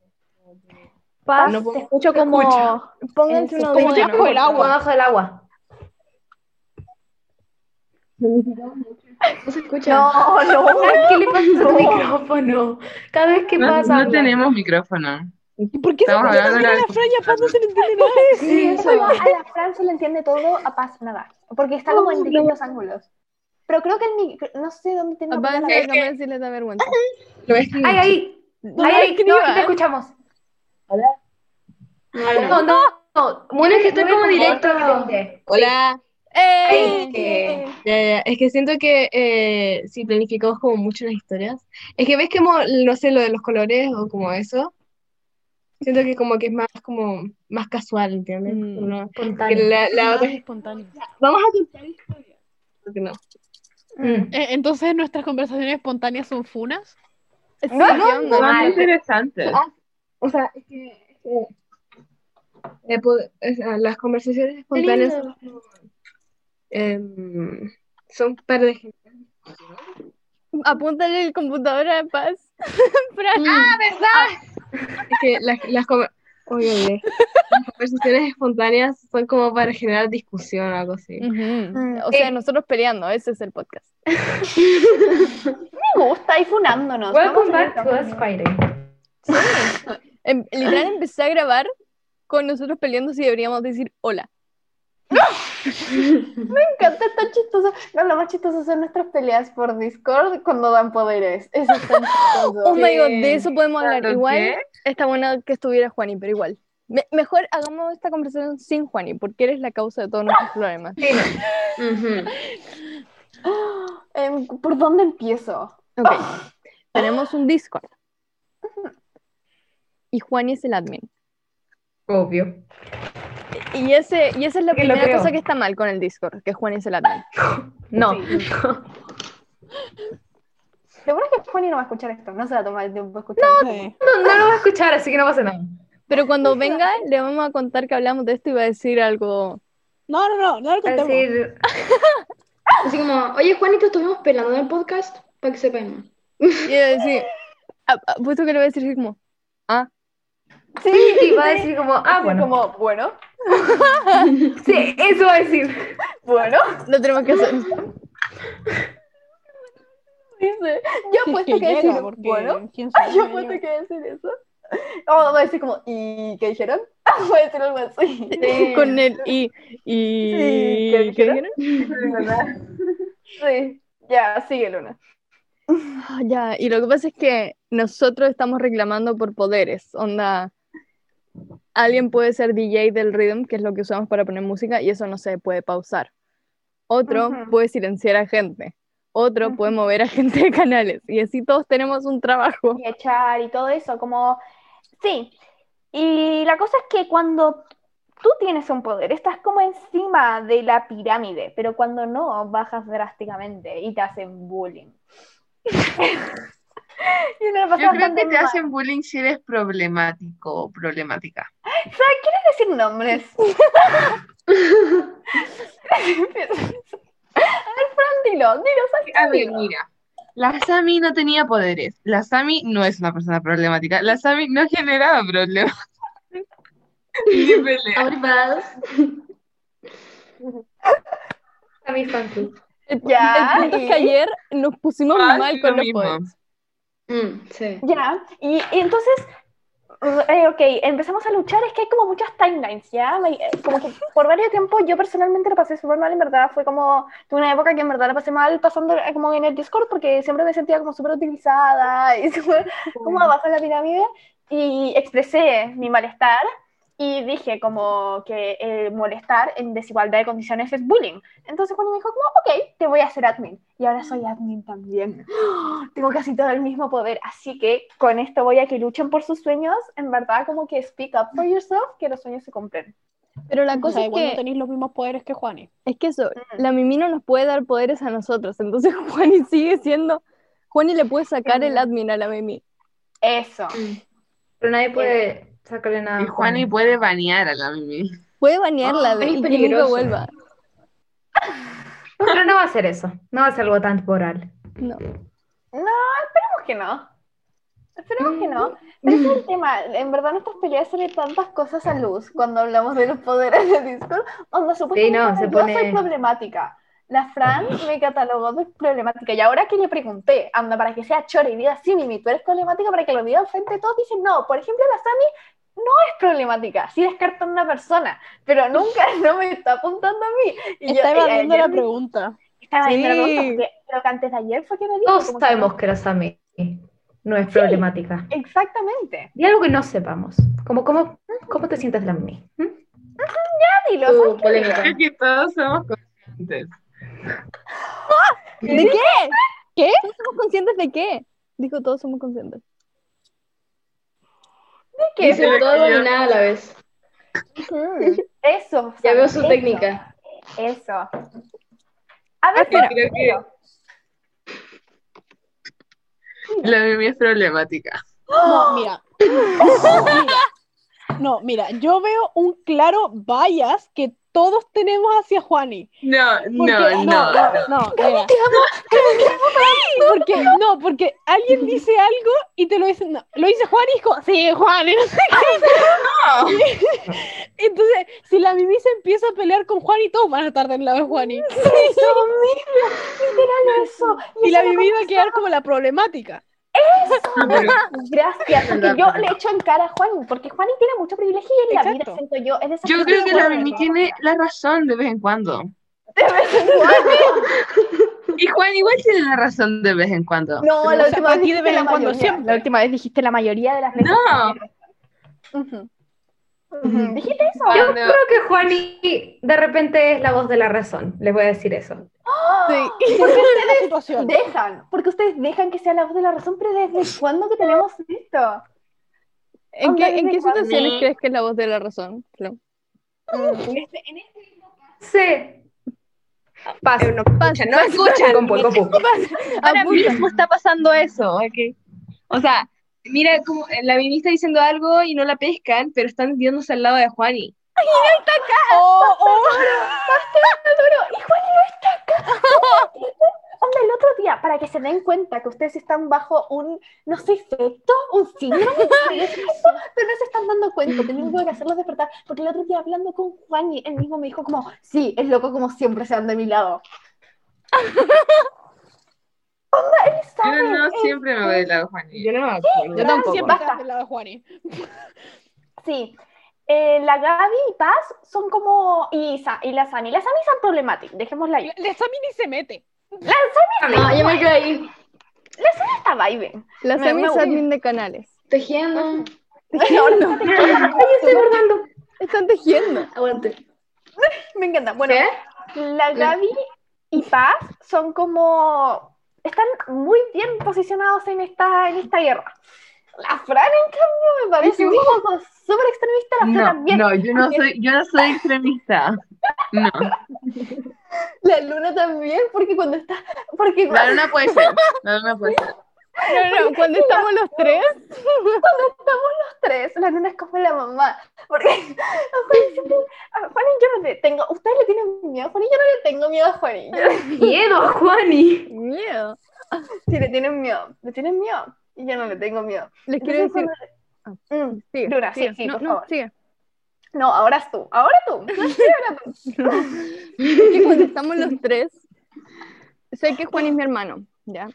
Speaker 9: Paz,
Speaker 3: Paz, te escucho
Speaker 5: te
Speaker 3: como...
Speaker 5: escucho.
Speaker 9: pónganse un
Speaker 3: como
Speaker 7: Como
Speaker 9: audífono.
Speaker 7: yo con el agua.
Speaker 5: Abajo del agua.
Speaker 8: Planificamos mucho.
Speaker 4: No se escucha.
Speaker 3: No, no.
Speaker 5: Fran, ¿Qué le pasa a tu micrófono? Cada vez que
Speaker 2: No,
Speaker 5: pasa.
Speaker 2: no tenemos micrófono.
Speaker 7: ¿Y por qué se
Speaker 2: Estamos
Speaker 7: escucha
Speaker 2: hablando de
Speaker 7: también a
Speaker 2: la-
Speaker 7: la Fran y a Paz no se le entiende nada?
Speaker 4: Sí, eso.
Speaker 3: Pero a la Fran se le entiende todo, a Paz nada. Porque está como en distintos ángulos. Pero creo que el micro, no sé dónde tengo
Speaker 1: Papá,
Speaker 3: la
Speaker 1: no me decirles da vergüenza.
Speaker 8: Lo voy a escribir.
Speaker 5: Ay, ahí.
Speaker 7: No
Speaker 5: Ay,
Speaker 7: lo
Speaker 5: ahí. No,
Speaker 7: escriban.
Speaker 5: te escuchamos.
Speaker 4: Bueno.
Speaker 5: No, no, no.
Speaker 4: Bueno, es que estoy
Speaker 5: Muy
Speaker 4: como directo.
Speaker 5: importante.
Speaker 8: Hola.
Speaker 9: ¡Eh!
Speaker 8: Eh, ya, ya, Es que siento que eh, si planificamos como mucho las historias, es que ves que mo- no sé, lo de los colores o como eso, siento que como que es más como más casual, ¿entiendes?
Speaker 7: Mm.
Speaker 8: Uno- que
Speaker 5: Espontáneo.
Speaker 8: la, la otra
Speaker 7: Más espontáneo.
Speaker 8: vamos a contar historias. Creo que no.
Speaker 5: Mm.
Speaker 7: Eh, entonces, ¿nuestras conversaciones espontáneas son funas?
Speaker 1: Sí, ¿qué onda?
Speaker 2: Son muy interesantes.
Speaker 8: O sea, es que, es que, eh, po- o sea, las conversaciones espontáneas son, como, em, son para la gente.
Speaker 1: Apúntale el computador a Paz. Fran.
Speaker 8: Es que las, las, conver- Oye, oye. Las conversaciones espontáneas son como para generar discusión o algo así.
Speaker 3: Ah,
Speaker 1: Ujú. O sea,
Speaker 3: eh.
Speaker 1: nosotros peleando, ese es el podcast.
Speaker 3: Me gusta, ahí funándonos. Vamos
Speaker 5: Welcome
Speaker 3: a
Speaker 5: back to us
Speaker 3: ver.
Speaker 5: fighting.
Speaker 1: Em-
Speaker 3: Ah.
Speaker 1: literal empecé a grabar con nosotros peleando si deberíamos decir hola.
Speaker 3: Me encanta, está chistoso. No, lo más chistoso son nuestras peleas por Discord cuando dan poderes. Eso es tan chistoso.
Speaker 1: Oh my god, de eso podemos hablar.
Speaker 2: ¿Cuándo
Speaker 1: Igual
Speaker 2: qué?
Speaker 1: está bueno que estuviera Juani, pero igual. Me- mejor hagamos esta conversación sin Juani, porque eres la causa de todos nuestros problemas.
Speaker 4: Ujú.
Speaker 3: Em, ¿Por dónde empiezo?
Speaker 1: Ok. Tenemos un Discord. Y Juani es el admin.
Speaker 5: Obvio.
Speaker 1: Y, ese, y esa es la
Speaker 5: Sí, lo
Speaker 1: primera
Speaker 5: creo.
Speaker 1: cosa que está mal con el Discord, que Juan es el admin.
Speaker 5: No.
Speaker 3: Lo bueno es que Juani no va a escuchar esto, no se va a tomar el tiempo de escuchar.
Speaker 7: Sí.
Speaker 5: No, no lo va a escuchar, así que no pasa nada.
Speaker 1: Pero cuando venga, le vamos a contar que hablamos de esto y va a decir algo.
Speaker 7: No, no, no, no lo
Speaker 5: Es
Speaker 7: contemos.
Speaker 5: decir,
Speaker 4: Así como, oye, Juanito, estuvimos pelando en el podcast para que sepan.
Speaker 1: Y va a decir. ah, ah, Puesto que le va a decir así como.
Speaker 10: Sí,
Speaker 5: y va a decir como, ah,
Speaker 10: así
Speaker 5: bueno.
Speaker 10: como, bueno,
Speaker 5: Sí, eso va a decir.
Speaker 10: bueno.
Speaker 1: Lo tenemos que hacer.
Speaker 10: Dice, yo
Speaker 7: Si es
Speaker 10: apuesto que,
Speaker 7: llega,
Speaker 10: decir,
Speaker 7: porque
Speaker 10: bueno,
Speaker 7: quién
Speaker 10: ay, yo
Speaker 7: sabe,
Speaker 10: apuesto que decir eso. O va a decir como, ¿y qué dijeron? Voy a decir algo así.
Speaker 1: Con él. Y. y...
Speaker 10: Sí, ¿qué dijeron? Sí, ya, sigue Luna.
Speaker 1: Ah, ya, y lo que pasa es que nosotros estamos reclamando por poderes, onda. Alguien puede ser DJ del rhythm, que es lo que usamos para poner música, y eso no se puede pausar. Otro
Speaker 10: Ujú.
Speaker 1: puede silenciar a gente. Otro puede mover a gente de canales. Y así todos tenemos un trabajo.
Speaker 3: y echar y todo eso, como... Sí, y la cosa es que cuando tú tienes un poder, estás como encima de la pirámide, pero cuando no, bajas drásticamente y te hacen bullying. y uno lo pasa
Speaker 2: Yo creo
Speaker 3: bastante
Speaker 2: que te
Speaker 3: mal.
Speaker 2: hacen bullying si eres problemático o problemática.
Speaker 10: ¿Quieres decir nombres? A ver, Fran, dilo, dilo, ¿sabes
Speaker 2: A
Speaker 10: qué?
Speaker 2: ver, mira. La Sami no tenía poderes. La Sami no es una persona problemática. La Sami no generaba problemas. Ni pelea.
Speaker 4: Ahora
Speaker 5: A mi fan club.
Speaker 1: El,
Speaker 10: Ya,
Speaker 1: el punto es que
Speaker 10: y-
Speaker 1: ayer nos pusimos
Speaker 2: Ah,
Speaker 1: mal
Speaker 2: lo
Speaker 1: con los
Speaker 2: mismo.
Speaker 1: poderes.
Speaker 4: Mm, sí.
Speaker 3: Ya, y, y entonces, eh, ok, empezamos a luchar, es que hay como muchas timelines, ¿ya? Like, eh, Como que por varios tiempos yo personalmente la pasé súper mal, en verdad, fue como, tuve una época que en verdad la pasé mal pasando eh, como en el Discord porque siempre me sentía como súper utilizada y súper como abajo en la pirámide y expresé mi malestar y dije como que eh, molestar en desigualdad de condiciones es bullying. Entonces cuando me dijo como, ok, te voy a hacer admin y ahora soy admin también. Tengo casi todo el mismo poder, así que con esto voy a que luchen por sus sueños. En verdad, como que speak up for yourself, que los sueños se cumplen.
Speaker 1: Pero la
Speaker 7: O
Speaker 1: cosa
Speaker 7: sea,
Speaker 1: es
Speaker 7: igual no
Speaker 1: que,
Speaker 7: tenéis los mismos poderes que Juani.
Speaker 1: es que eso, la Mimi no nos puede dar poderes a nosotros. Entonces Juani sigue siendo. Juani le puede sacar el admin a la Mimi.
Speaker 3: Eso.
Speaker 5: Pero nadie puede sacarle nada.
Speaker 2: Y
Speaker 5: a
Speaker 2: Juani puede banear a la Mimi.
Speaker 1: Puede banearla
Speaker 4: Ah,
Speaker 1: de,
Speaker 4: es
Speaker 1: y que nunca
Speaker 4: peligroso.
Speaker 1: vuelva.
Speaker 5: Pero no va a ser eso. No va a ser algo tan temporal.
Speaker 1: No.
Speaker 3: Esperemos que no. Esperemos que no. Pero ese es el tema. En verdad, nuestras peleas salen tantas cosas a luz cuando hablamos de los poderes de Discord. Cuando supuestamente
Speaker 5: no, se
Speaker 3: yo
Speaker 5: pone-
Speaker 3: soy problemática. La Fran me catalogó de problemática. Y ahora que le pregunté, anda, para que sea chora y diga, sí, Mimi, tú eres problemática, para que lo diga frente a todos, dicen, no. Por ejemplo, la Sami no es problemática. Sí descarta a una persona, pero nunca no me está apuntando a mí. Y
Speaker 7: Está
Speaker 3: yo- y
Speaker 7: evadiendo
Speaker 3: ayer
Speaker 7: la
Speaker 3: me-
Speaker 7: pregunta.
Speaker 3: Estaba evadiendo la
Speaker 1: Sí.
Speaker 3: pregunta, porque creo que antes de ayer fue que me dijo.
Speaker 5: Todos
Speaker 3: como que-
Speaker 5: sabemos que la Sami no es problemática.
Speaker 3: Exactamente.
Speaker 5: Y algo que no sepamos. Como, ¿cómo, cómo te sientes de la Mimi? ¿Mm?
Speaker 3: Dilo, ¿sabes
Speaker 4: Tú,
Speaker 3: qué?
Speaker 4: polémica.
Speaker 2: Creo que todos somos conscientes.
Speaker 1: ¿De qué? ¿Qué? ¿Todos somos conscientes de qué? Dijo, todos somos conscientes.
Speaker 3: ¿Qué?
Speaker 4: Dice todo y nada a la vez.
Speaker 3: Eso.
Speaker 4: Ya
Speaker 3: Sam,
Speaker 4: veo su
Speaker 3: eso,
Speaker 4: técnica.
Speaker 3: Eso. A ver,
Speaker 2: Creo que la Mimi es problemática.
Speaker 7: No, mira. Mira. No, mira, yo veo un claro bias que todos tenemos hacia Juani.
Speaker 2: No,
Speaker 7: Porque-
Speaker 2: no, no.
Speaker 7: no, no, mira. Porque, no, porque alguien dice algo y te lo dice, no, lo dice Juan y es como, sí, Juan, y no sé qué. Entonces, si la Mimi se empieza a pelear con Juan y todos van a estar del lado de Juan y,
Speaker 3: literal eso.
Speaker 7: y la
Speaker 3: eso
Speaker 7: Mimi va a quedar como la problemática.
Speaker 2: No, pero
Speaker 3: me- Gracias, porque yo le echo en cara a Juan, porque Juan tiene mucho privilegio y en la vida,
Speaker 7: Exacto.
Speaker 3: siento yo, es de esas
Speaker 2: yo creo
Speaker 3: personas
Speaker 2: que la
Speaker 3: buenas.
Speaker 2: Mimi tiene la razón de vez en cuando. Y Juan igual tiene la razón de vez en cuando.
Speaker 3: No,
Speaker 7: O
Speaker 3: la
Speaker 7: sea,
Speaker 3: última
Speaker 7: para
Speaker 3: vez
Speaker 7: ti de
Speaker 3: dijiste
Speaker 7: vez
Speaker 3: la
Speaker 7: en cuando,
Speaker 3: mayoría,
Speaker 7: siempre.
Speaker 3: La última vez dijiste la mayoría de las veces.
Speaker 2: No,
Speaker 3: Ujú. Ujú. ¿Dijiste eso?
Speaker 5: Yo
Speaker 2: cuando-
Speaker 5: creo que Juani de repente es la voz de la razón. Les voy a decir eso.
Speaker 7: Y se empieza la situación.
Speaker 3: "Oh, Dejan, porque ustedes dejan que sea la voz de la razón, pero ¿desde cuándo que tenemos esto?
Speaker 1: ¿En
Speaker 3: Onda,
Speaker 1: qué, en
Speaker 3: dime
Speaker 1: qué
Speaker 3: cuál.
Speaker 1: situaciones
Speaker 2: Sí.
Speaker 1: crees que es la voz de la razón? Flo?
Speaker 3: este,
Speaker 5: Sí. Pasa. No
Speaker 1: Pasa,
Speaker 5: no escuchan. Compu, compu.
Speaker 8: Ah,
Speaker 1: Apunta.
Speaker 11: mismo está pasando eso, ok. O sea,
Speaker 8: Mira, como eh, la Mimi está diciendo algo y no la pescan, pero están viéndose al lado de Juani.
Speaker 3: ¡Ay, no está acá! ¡Oh, oh! duro! ¡Y Juani no está acá! Onda, el otro día, para que se den cuenta que ustedes están bajo un, no sé, efecto, un síndrome de estrés, pero no se están dando cuenta, tenemos que hacerlos despertar, porque el otro día hablando con Juan y él mismo me dijo como, sí, es loco como siempre se dan de mi lado. Onda, él sabe.
Speaker 2: Yo no
Speaker 3: él-
Speaker 2: siempre me voy del lado de Juani.
Speaker 8: Yo no me acuerdo.
Speaker 3: Yo tampoco.
Speaker 7: Siempre
Speaker 3: Basta.
Speaker 7: estás del lado de Juani.
Speaker 3: Sí. Eh, la Gaby y Paz son como, y, Sa- y la Sani, la Sani son problemáticas, dejémosla ahí.
Speaker 7: La la Sami ni se mete.
Speaker 3: La Sani,
Speaker 4: No, yo Ah, me quedo ahí
Speaker 3: la Sani está vibe.
Speaker 1: La
Speaker 3: Me-
Speaker 1: Sami
Speaker 3: me
Speaker 1: es
Speaker 3: gusta.
Speaker 1: admin de canales.
Speaker 4: tejiendo.
Speaker 3: Ahora está tejiendo.
Speaker 4: Ay, estoy bordando.
Speaker 1: Están tejiendo.
Speaker 4: Aguante.
Speaker 3: Me encanta. Bueno,
Speaker 4: ¿Qué?
Speaker 3: la Gaby y Paz son como. Están muy bien posicionados en esta, en esta guerra. La Fran, en cambio, me parece un poco súper extremista. La Fran
Speaker 2: No,
Speaker 3: también.
Speaker 2: no, yo no soy, yo no soy extremista. No.
Speaker 3: La Luna también, porque cuando está. Porque
Speaker 2: La
Speaker 3: cuando,
Speaker 2: luna puede ser. La luna puede ser.
Speaker 1: No, no, cuando estamos los tres,
Speaker 3: cuando estamos los tres, la Luna es como la mamá. Porque a Juan, siempre, a Juan y yo no le tengo. Ustedes le tienen miedo a Juan y yo no le tengo miedo a Juan. y yo-
Speaker 5: Miedo, Juani.
Speaker 1: miedo.
Speaker 3: Sí, le tienen miedo. Le tienen miedo. Y yo no le tengo miedo.
Speaker 1: Les quiero
Speaker 3: Entonces,
Speaker 1: decir.
Speaker 3: cuando- Mm.
Speaker 1: Sigue,
Speaker 3: Luna, sí,
Speaker 1: sigue.
Speaker 3: sí,
Speaker 1: no,
Speaker 3: por
Speaker 1: no,
Speaker 3: favor.
Speaker 1: sigue.
Speaker 3: No, ahora es tú, ahora tú.
Speaker 1: que cuando estamos los tres, sé que Juan es mi hermano, ¿ya?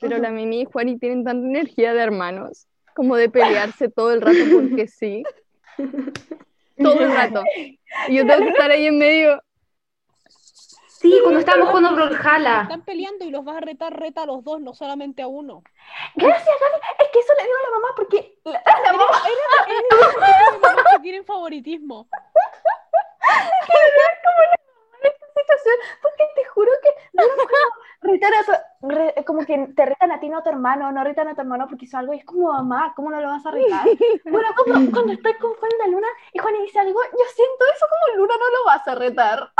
Speaker 1: Pero la Mimi y Juan y tienen tanta energía de hermanos, como de pelearse todo el rato porque sí. Todo el rato. Y yo tengo que estar ahí en medio.
Speaker 5: Sí, cuando estábamos jugando Brawlhalla.
Speaker 7: Están peleando y los vas a retar, reta a los dos, no solamente a uno.
Speaker 3: Gracias, Gaby. Es que eso le digo a la mamá porque la, a la mamá
Speaker 7: Eres de los que tienen favoritismo.
Speaker 3: en esta situación, porque te juro que no lo puedo retar a tu- re- como que te retan a ti, no a tu hermano, no retan a tu hermano porque hizo algo y es como mamá, ¿cómo no lo vas a retar? Bueno, cuando, cuando estoy con Juan y la Luna y Juan dice algo, yo siento eso como Luna no lo vas a retar.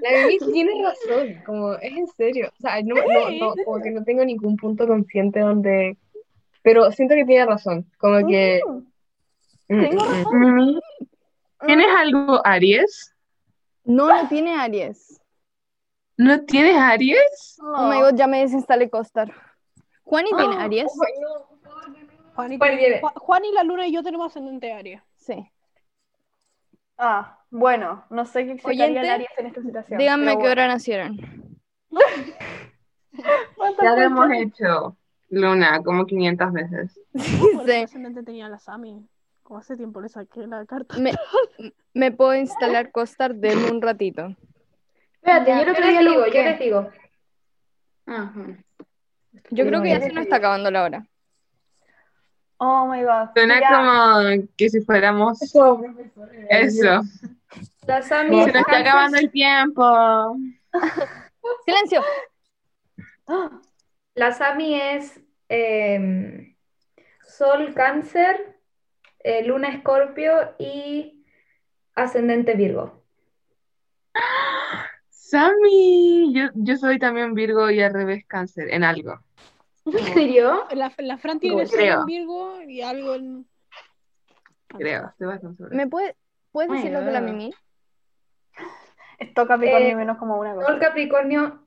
Speaker 8: La Mimi tiene razón, como es en serio. O sea, no, no, no, como que no tengo ningún punto consciente donde... Pero siento que tiene razón, como que...
Speaker 1: Mm.
Speaker 3: Tengo razón.
Speaker 2: Mimi, ¿Tienes algo Aries?
Speaker 1: No, no tiene Aries.
Speaker 2: ¿No tienes Aries?
Speaker 1: Oh my god, ya me desinstalé Costar. Juan y
Speaker 3: Ah,
Speaker 1: tiene Aries.
Speaker 7: Juan y,
Speaker 5: Juan viene.
Speaker 7: Ju- Juan y la luna y yo tenemos ascendente Aries.
Speaker 1: Sí.
Speaker 3: Ah, bueno, no sé qué sería el
Speaker 1: Oyente,
Speaker 3: Aries en esta situación.
Speaker 1: Díganme
Speaker 3: pero
Speaker 1: qué
Speaker 3: bueno.
Speaker 1: hora nacieron.
Speaker 2: Ya lo hemos hecho, Luna, como 500 veces.
Speaker 7: Por eso
Speaker 1: Sí.
Speaker 7: ascendente tenía la Sami. Como hace tiempo le saqué la carta.
Speaker 1: Me, me puedo instalar Costar, denme un ratito.
Speaker 4: Espérate, yo el
Speaker 5: Yo
Speaker 4: otro
Speaker 5: les
Speaker 4: día lo
Speaker 5: digo, yo les
Speaker 4: busqué.
Speaker 5: digo.
Speaker 4: Ah, bueno.
Speaker 1: Yo creo que ya se nos está acabando la hora.
Speaker 3: Oh my god.
Speaker 2: Suena
Speaker 3: ya.
Speaker 2: como que si fuéramos eso.
Speaker 5: La
Speaker 2: Se
Speaker 5: Sami
Speaker 2: nos está
Speaker 5: descansa.
Speaker 2: acabando el tiempo.
Speaker 1: ¡Silencio!
Speaker 5: La Sami es em, Sol, Cáncer, eh, Luna, Escorpio y Ascendente Virgo.
Speaker 2: Sammy, yo, yo soy también Virgo y al revés cáncer, en algo.
Speaker 4: ¿En serio?
Speaker 7: La, la Fran tiene
Speaker 2: Como
Speaker 7: el sol
Speaker 2: creo.
Speaker 7: en Virgo y algo en.
Speaker 2: Creo, estoy bastante segura.
Speaker 1: ¿Me puede, puedes decir lo de la Mimi?
Speaker 3: Esto Capricornio
Speaker 5: Eh,
Speaker 3: menos como una cosa.
Speaker 5: Sol, Capricornio.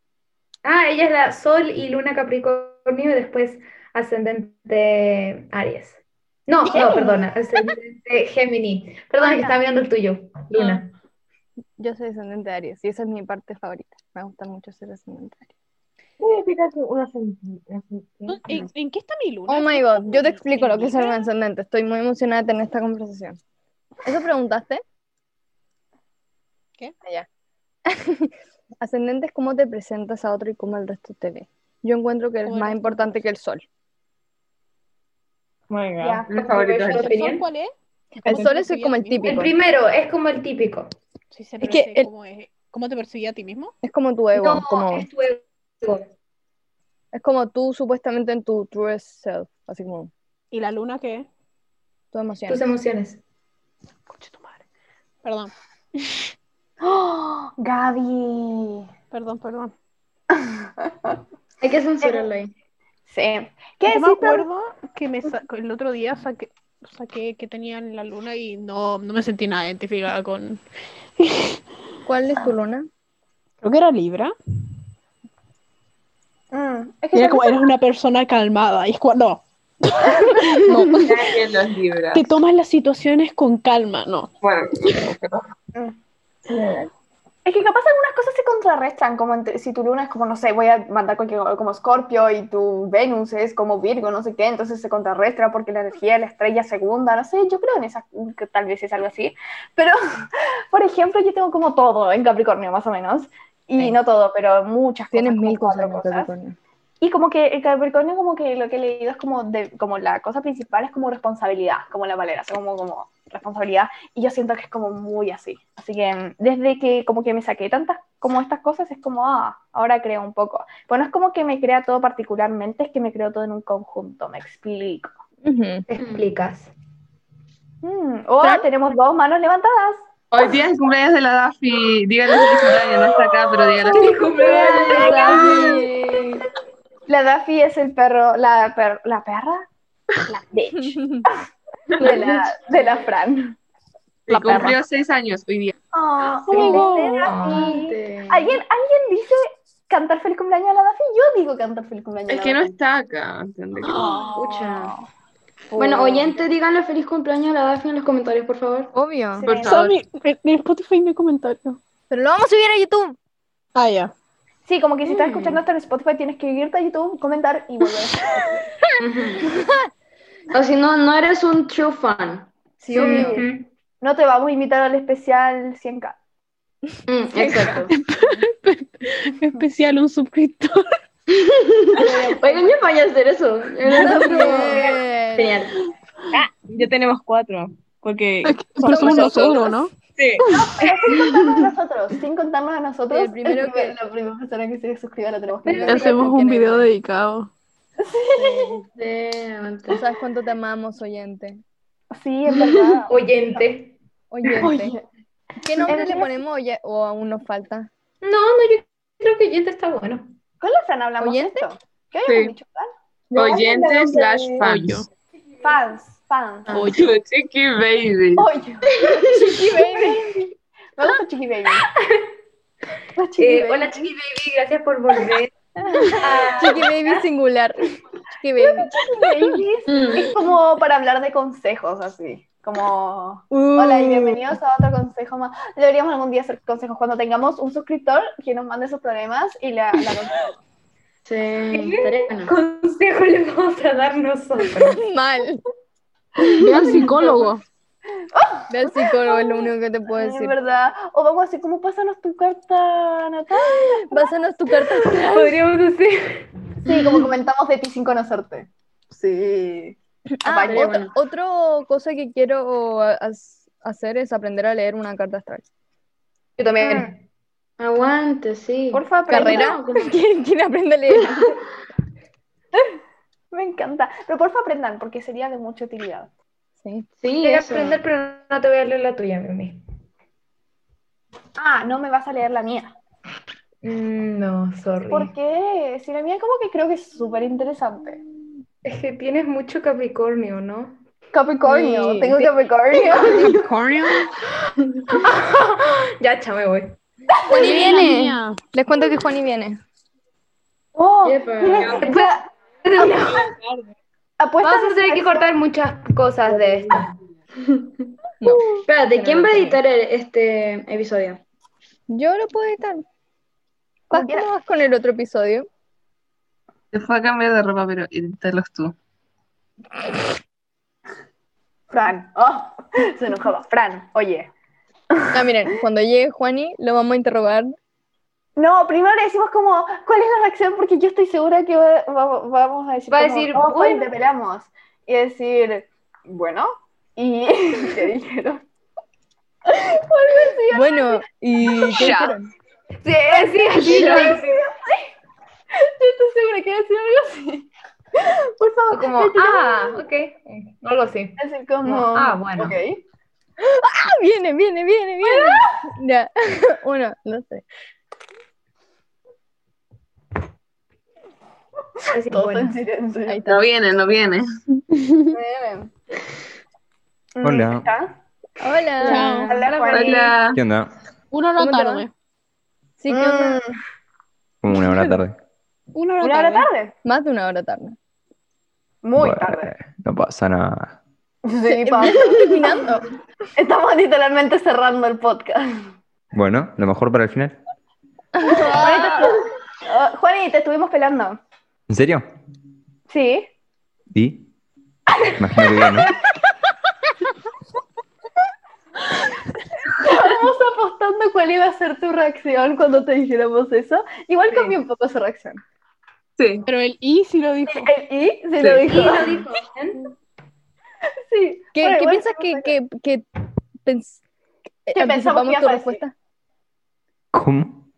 Speaker 5: Ah, ella es la Sol y Luna, Capricornio y después Ascendente Aries. No, no, perdona, Ascendente Gemini. Perdona que estaba mirando el tuyo, Luna.
Speaker 1: Yo soy descendente de Aries y esa es mi parte favorita. Me gusta mucho ser descendente de Aries.
Speaker 7: ¿En, en qué está mi luna?
Speaker 1: Oh my god, yo te explico lo que es ser un ascendente. Estoy muy emocionada de tener esta conversación. ¿Eso preguntaste?
Speaker 7: ¿Qué?
Speaker 1: Allá. ascendente es cómo te presentas a otro y cómo el resto te ve. Yo encuentro que eres
Speaker 7: Como el
Speaker 1: más
Speaker 7: resto.
Speaker 1: importante que el sol.
Speaker 3: Ya.
Speaker 2: Mi favorito es
Speaker 7: ¿El
Speaker 5: Controversial.
Speaker 7: sol
Speaker 5: opinión.
Speaker 7: cuál es?
Speaker 1: El
Speaker 7: ¿Cómo
Speaker 1: sol
Speaker 7: te
Speaker 1: es como el
Speaker 7: percibías
Speaker 5: El
Speaker 1: típico,
Speaker 5: primero es como el típico.
Speaker 7: a ti mismo? Sí, sé,
Speaker 1: Es
Speaker 7: pero
Speaker 1: que
Speaker 7: sé
Speaker 1: el-
Speaker 7: cómo, es- cómo te percibía a ti mismo.
Speaker 1: es como tu ego,
Speaker 5: No,
Speaker 1: como,
Speaker 5: es tu ego.
Speaker 1: es como tú supuestamente en tu true self, así como
Speaker 7: ¿Y la luna qué es?
Speaker 1: tu emoción.
Speaker 5: Tus emociones.
Speaker 7: Concha tu madre. Perdón,
Speaker 3: ¡Oh, Gaby.
Speaker 7: perdón, perdón.
Speaker 4: Hay que censurarlo ahí.
Speaker 3: Sí. ¿Qué
Speaker 7: ¿Qué Yo me
Speaker 3: decís, Pam?
Speaker 7: acuerdo que me sa- el otro día saqué, saqué que tenía en la luna y no, no me sentí nada identificada con...
Speaker 1: ¿Cuál es tu luna?
Speaker 7: Creo que era Libra.
Speaker 3: Mm, es que
Speaker 7: Era
Speaker 3: tal
Speaker 7: como,
Speaker 3: vez-
Speaker 7: eres una persona calmada. Y es cuando, no. no.
Speaker 2: Nadie los libra.
Speaker 7: Te tomas las situaciones con calma, no.
Speaker 2: Bueno,
Speaker 3: Es que capaz algunas cosas se contrarrestan, como entre- si tu luna es como, no sé, voy a mandar cualquier como Scorpio y tu Venus es como Virgo, no sé qué, entonces se contrarresta porque la energía de la estrella segunda, no sé, yo creo en esa, que tal vez es algo así, pero por ejemplo yo tengo como todo en Capricornio más o menos, y no todo, pero muchas cosas.
Speaker 1: Tienes
Speaker 3: como
Speaker 1: mil cosas
Speaker 3: cuatro
Speaker 1: en el Capricornio.
Speaker 3: Y como que el Capricornio, como que lo que he leído es como, de, como la cosa principal es como responsabilidad, como la valera, o sea, como, como responsabilidad. Y yo siento que es como muy así. Así que mm, desde que como que me saqué tantas como estas cosas, es como, ah, ahora creo un poco. Pues no es como que me crea todo particularmente, es que me creo todo en un conjunto, me explico.
Speaker 5: Te explicas.
Speaker 3: Mm, oh, tenemos dos manos levantadas.
Speaker 2: Hoy día es el cumpleaños de la Daffy. Díganle feliz cumpleaños, no está acá, pero díganle feliz
Speaker 3: La Daffy es el perro, la, per- ¿la perra, la bitch. de, la, de la Fran.
Speaker 2: Y cumplió seis años hoy día.
Speaker 3: Oh,
Speaker 5: Oh.
Speaker 3: feliz de Daffy.
Speaker 4: Ah, este,
Speaker 3: ¿Alguien, ¿Alguien dice cantar feliz cumpleaños a la Daffy? Yo digo cantar feliz cumpleaños a
Speaker 2: Es
Speaker 3: la
Speaker 2: que no
Speaker 3: Daffy.
Speaker 2: está acá. ¿entendés?
Speaker 4: Pucha. Bueno, oyente, díganle feliz cumpleaños a la Daphne en los comentarios, por favor.
Speaker 3: Oh,
Speaker 1: Obvio.
Speaker 2: Por favor.
Speaker 7: Sammy, en en Spotify no hay comentario.
Speaker 1: Pero lo vamos a subir a YouTube.
Speaker 7: Ah, ya.
Speaker 3: Sí, como que si
Speaker 2: Mm.
Speaker 3: estás escuchando esto en Spotify tienes que irte a YouTube, comentar y volver.
Speaker 4: O si no, no eres un true fan.
Speaker 1: Sí, obvio.
Speaker 5: Ujú.
Speaker 3: No te vamos a invitar al especial 100K.
Speaker 4: Mm, exacto.
Speaker 7: Especial un suscriptor.
Speaker 4: Oigan, yo fallé hacer eso. Era otro- Genial.
Speaker 12: Ya tenemos cuatro. Porque.
Speaker 7: Pero somos
Speaker 1: nosotros.
Speaker 7: nosotros, ¿no?
Speaker 12: Sí.
Speaker 3: Pero sin contarnos a nosotros, sin contarnos a nosotros.
Speaker 1: El primero
Speaker 3: el primer- La primera persona que se suscriba la tenemos que
Speaker 1: Pero-
Speaker 3: invitar.
Speaker 7: Hacemos un video dedicado.
Speaker 1: Tú sabes cuánto te amamos, oyente.
Speaker 3: Sí, es verdad.
Speaker 5: Oyente.
Speaker 1: Oyente.
Speaker 7: Oye.
Speaker 1: ¿Qué nombre le
Speaker 3: Entonces-
Speaker 1: ponemos oye- o aún nos falta?
Speaker 5: No, no, yo creo que oyente está bueno.
Speaker 3: ¿Con la Fran hablamos
Speaker 1: ¿Oyente?
Speaker 3: de esto? ¿Qué habíamos
Speaker 2: Sí.
Speaker 3: dicho? Fran?
Speaker 2: Oyente slash fans.
Speaker 7: Pollo.
Speaker 3: Fans, fans.
Speaker 2: Oye, Chiqui Baby.
Speaker 3: Oye, Chiqui Baby. Me gusta Chiqui Baby. La Chiqui
Speaker 5: Eh,
Speaker 3: Baby.
Speaker 5: hola, Chiqui Baby, gracias por volver.
Speaker 1: Chiqui Baby singular. Chiqui Baby.
Speaker 3: Chiqui Babies es como para hablar de consejos, así. Como,
Speaker 1: Mm.
Speaker 3: hola
Speaker 1: Uh,
Speaker 3: y bienvenidos a otro consejo más. Deberíamos algún día hacer consejos cuando tengamos un suscriptor que nos mande sus problemas y la, la aconsejamos.
Speaker 4: Sí, estaría bueno.
Speaker 5: Consejo le vamos a dar nosotros.
Speaker 1: Mal.
Speaker 7: Ve al psicólogo.
Speaker 1: Ve al psicólogo, es lo único que te puedo
Speaker 3: Es
Speaker 1: decir.
Speaker 3: verdad. O vamos así, como pásanos tu carta natal.
Speaker 1: Pásanos tu carta.
Speaker 5: Podríamos hacer.
Speaker 3: Sí, como comentamos de ti sin conocerte. Sí.
Speaker 1: Ah,
Speaker 3: Vaya,
Speaker 1: ot- otro cosa que quiero as- hacer es aprender a leer una carta astral.
Speaker 5: Yo también.
Speaker 4: Aguante, sí.
Speaker 3: Porfa, aprende.
Speaker 1: ¿Carrera?
Speaker 4: No, como-
Speaker 1: ¿Quién, quién aprende a leer?
Speaker 3: Me encanta. Pero porfa aprendan, porque sería de mucha utilidad.
Speaker 1: Sí.
Speaker 4: Sí,
Speaker 5: Voy a
Speaker 4: eso.
Speaker 5: aprender, pero no te voy a leer la tuya, Mimi.
Speaker 3: Ah, no me vas a leer la mía.
Speaker 5: Mm, No, sorry.
Speaker 3: ¿Por qué? Si la mía como que creo que es súper interesante.
Speaker 5: Es que tienes mucho Capricornio, ¿no?
Speaker 3: Capricornio,
Speaker 7: Sí.
Speaker 3: tengo Capricornio.
Speaker 5: Ya, cha, me voy.
Speaker 1: Juani viene. Les cuento que Juani viene.
Speaker 3: Oh,
Speaker 4: Epa.
Speaker 3: mira, ya, apuestas
Speaker 5: Vamos a tener que cortar muchas cosas de esto.
Speaker 4: Espérate, ¿quién va a editar el- este episodio?
Speaker 1: Yo lo puedo editar. Vas, ¿Cómo vas con el otro episodio?
Speaker 2: Se fue a cambiar de ropa, pero edítalos tú.
Speaker 3: Fran. Oh, se enojaba. Fran, oye.
Speaker 1: Ah, miren, cuando llegue Juani, lo vamos a interrogar.
Speaker 3: No, primero le decimos como, ¿cuál es la reacción? Porque yo estoy segura que va- va- vamos a decir
Speaker 5: Va a
Speaker 3: como,
Speaker 5: decir,
Speaker 3: "Oh, Juan,
Speaker 5: bueno".
Speaker 3: te pelamos. Y decir, bueno, y te dijeron.
Speaker 1: Bueno, y. ¿qué dijeron?
Speaker 5: Sí, eh, sí, sí, lo hice.
Speaker 3: Yo estoy segura que va a decir algo así. Por favor,
Speaker 5: Como,
Speaker 3: te tiramos
Speaker 5: ah, ok. Algo así.
Speaker 3: Así como,
Speaker 5: Ah, bueno.
Speaker 3: ok.
Speaker 1: Ah, viene, viene, viene, viene. Ya, uno, dos, tres.
Speaker 5: Así que
Speaker 3: Todo
Speaker 5: bueno.
Speaker 3: en silencio.
Speaker 2: No viene, no viene.
Speaker 13: Hola.
Speaker 3: ¿Está?
Speaker 1: Hola.
Speaker 7: Chao.
Speaker 3: Hola, Juani.
Speaker 2: Hola.
Speaker 13: ¿Qué onda?
Speaker 7: Una hora
Speaker 3: ¿Cómo te va?
Speaker 7: tarde.
Speaker 3: Mm,
Speaker 1: Sí, ¿qué onda?
Speaker 13: Como una hora tarde.
Speaker 7: Una hora
Speaker 1: ¿Una
Speaker 7: tarde.
Speaker 1: hora tarde? Más de una hora tarde.
Speaker 3: Muy
Speaker 13: Bueno, No pasa nada.
Speaker 3: Sí, pa. Estamos literalmente cerrando el podcast.
Speaker 13: Bueno, lo mejor para el final.
Speaker 3: Juanita, estu- oh, Juani, te estuvimos pelando.
Speaker 13: ¿En serio?
Speaker 3: Sí.
Speaker 13: ¿Y? Imagino que bien, ¿no?
Speaker 3: Estábamos apostando cuál iba a ser tu reacción cuando te dijéramos eso. Igual cambió un poco su reacción.
Speaker 2: Sí.
Speaker 7: Pero el I sí lo dijo.
Speaker 3: El I sí lo dijo. Sí.
Speaker 1: ¿Qué,
Speaker 3: Bueno,
Speaker 1: qué
Speaker 3: igual
Speaker 1: piensas que, que, que pens-
Speaker 3: ¿Qué
Speaker 1: eh,
Speaker 3: pensamos
Speaker 1: anticipamos
Speaker 3: que ibas
Speaker 1: tu
Speaker 3: a decir?
Speaker 1: respuesta?
Speaker 13: ¿Cómo?